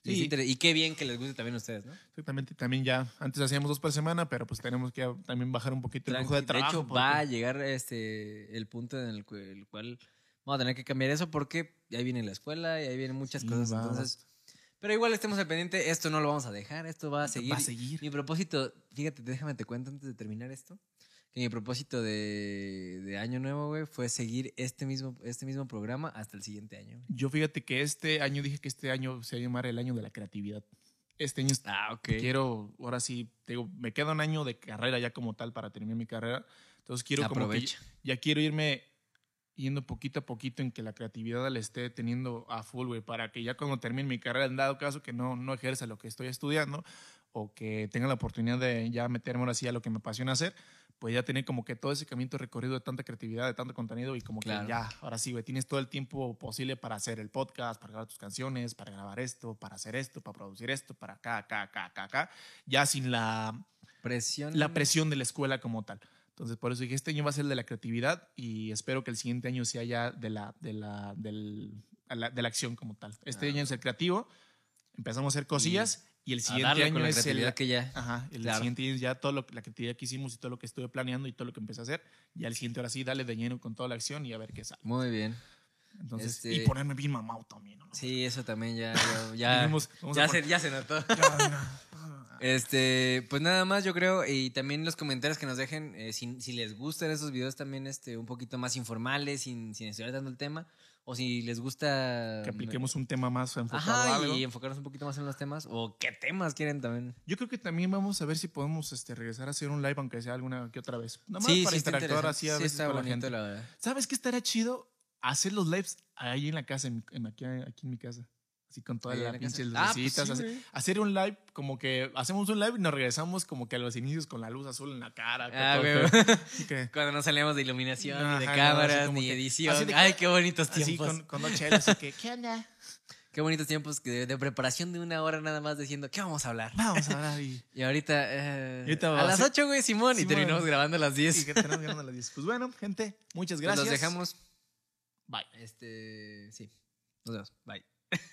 B: y, es
A: Sí.
B: inter- y qué bien que les guste también a ustedes, ¿no?
A: Exactamente, también ya, antes hacíamos dos por semana, pero pues tenemos que también bajar un poquito el flujo de
B: Tranqui- de
A: trabajo.
B: hecho,
A: porque-
B: va a llegar este el punto en el, cu- el cual vamos a tener que cambiar eso porque ahí viene la escuela y ahí vienen muchas
A: Sí,
B: cosas.
A: va, va.
B: Entonces, Pero igual estemos al pendiente, esto no lo vamos a dejar, esto va a seguir.
A: Va a seguir.
B: Mi propósito, fíjate, déjame te cuento antes de terminar esto, que mi propósito de, de año nuevo, güey, fue seguir este mismo, este mismo programa hasta el siguiente año. güey.
A: Yo fíjate que este año dije que este año se va a llamar el año de la creatividad. Este año
B: Ah, ok.
A: quiero, ahora sí, te digo, me queda un año de carrera ya como tal para terminar mi carrera. Entonces quiero como que
B: Aprovecha.
A: ya quiero irme yendo poquito a poquito en que la creatividad la esté teniendo a full, güey, para que ya cuando termine mi carrera, en dado caso que no, no ejerza lo que estoy estudiando o que tenga la oportunidad de ya meterme ahora sí a lo que me apasiona hacer, pues ya tener como que todo ese camino recorrido de tanta creatividad, de tanto contenido y como
B: Claro.
A: que ya, ahora sí, güey, tienes todo el tiempo posible para hacer el podcast, para grabar tus canciones, para grabar esto, para hacer esto, para producir esto, para acá, acá, acá, acá, acá, ya sin la
B: Presión.
A: la presión de la escuela como tal. Entonces, por eso dije, este año va a ser el de la creatividad y espero que el siguiente año sea ya de la, de la, del- a la- de la acción como tal. Este
B: Ah.
A: año es el creativo, empezamos a hacer cosillas y, el
B: a
A: siguiente
B: darle
A: año
B: con la
A: es
B: creatividad
A: el...
B: que ya.
A: Ajá, el
B: Claro.
A: siguiente año es ya toda la creatividad que hicimos y todo lo que estuve planeando y todo lo que empecé a hacer. Y al siguiente ahora sí, dale de lleno con toda la acción y a ver qué sale.
B: Muy bien.
A: Entonces,
B: Este-
A: y ponerme bien mamado también. ¿no?
B: Sí, eso también ya. Ya, ya,
A: Dijimos, vamos a
B: ya
A: poner- Ah.
B: se, ya se notó.
A: Ya,
B: Este, pues nada más, yo creo, y también los comentarios que nos dejen, eh, si, si les gustan esos videos también este, un poquito más informales, sin, sin estudiar tanto el tema, o si les gusta... mm,
A: que apliquemos un tema más enfocado a
B: Ajá,
A: algo.
B: y enfocarnos un poquito más en los temas, o qué temas quieren también.
A: Yo creo que también vamos a ver si podemos este, regresar a hacer un live, aunque sea alguna que otra vez. Nada más para
B: está
A: interactuar
B: interesante.
A: así a
B: Sí,
A: veces
B: está
A: con la
B: bonito,
A: gente.
B: la verdad.
A: ¿Sabes qué estaría chido? Hacer los lives ahí en la casa, en, en aquí, aquí en mi casa. Así con todas
B: Ahí en
A: las
B: la
A: pinches
B: casa. Ah, pues
A: lucecitas.
B: sí,
A: así.
B: güey.
A: Hacer un live, como que hacemos un live y nos regresamos como que a los inicios con la luz azul en la cara. con
B: Ah,
A: todo el
B: güey.
A: pedo. Así que-
B: Cuando no salíamos de iluminación, ni de
A: Ajá, no, así
B: cámaras,
A: como
B: ni
A: que- así
B: edición.
A: de-
B: Ay, qué bonitos
A: así
B: tiempos.
A: con, con dos chelas, así que, ¿qué onda?
B: Qué bonitos tiempos que de, de preparación de una hora nada más diciendo, ¿qué vamos a hablar?
A: Vamos a hablar y...
B: Y ahorita, eh,
A: Ahorita va
B: a
A: a
B: las
A: ser-
B: 8, güey, Simón, y
A: Simón.
B: terminamos grabando a las 10.
A: y que tenemos ganando las 10. Pues bueno, gente, muchas
B: Pues
A: gracias.
B: Los dejamos.
A: Bye.
B: Este, sí. Nos vemos. Bye.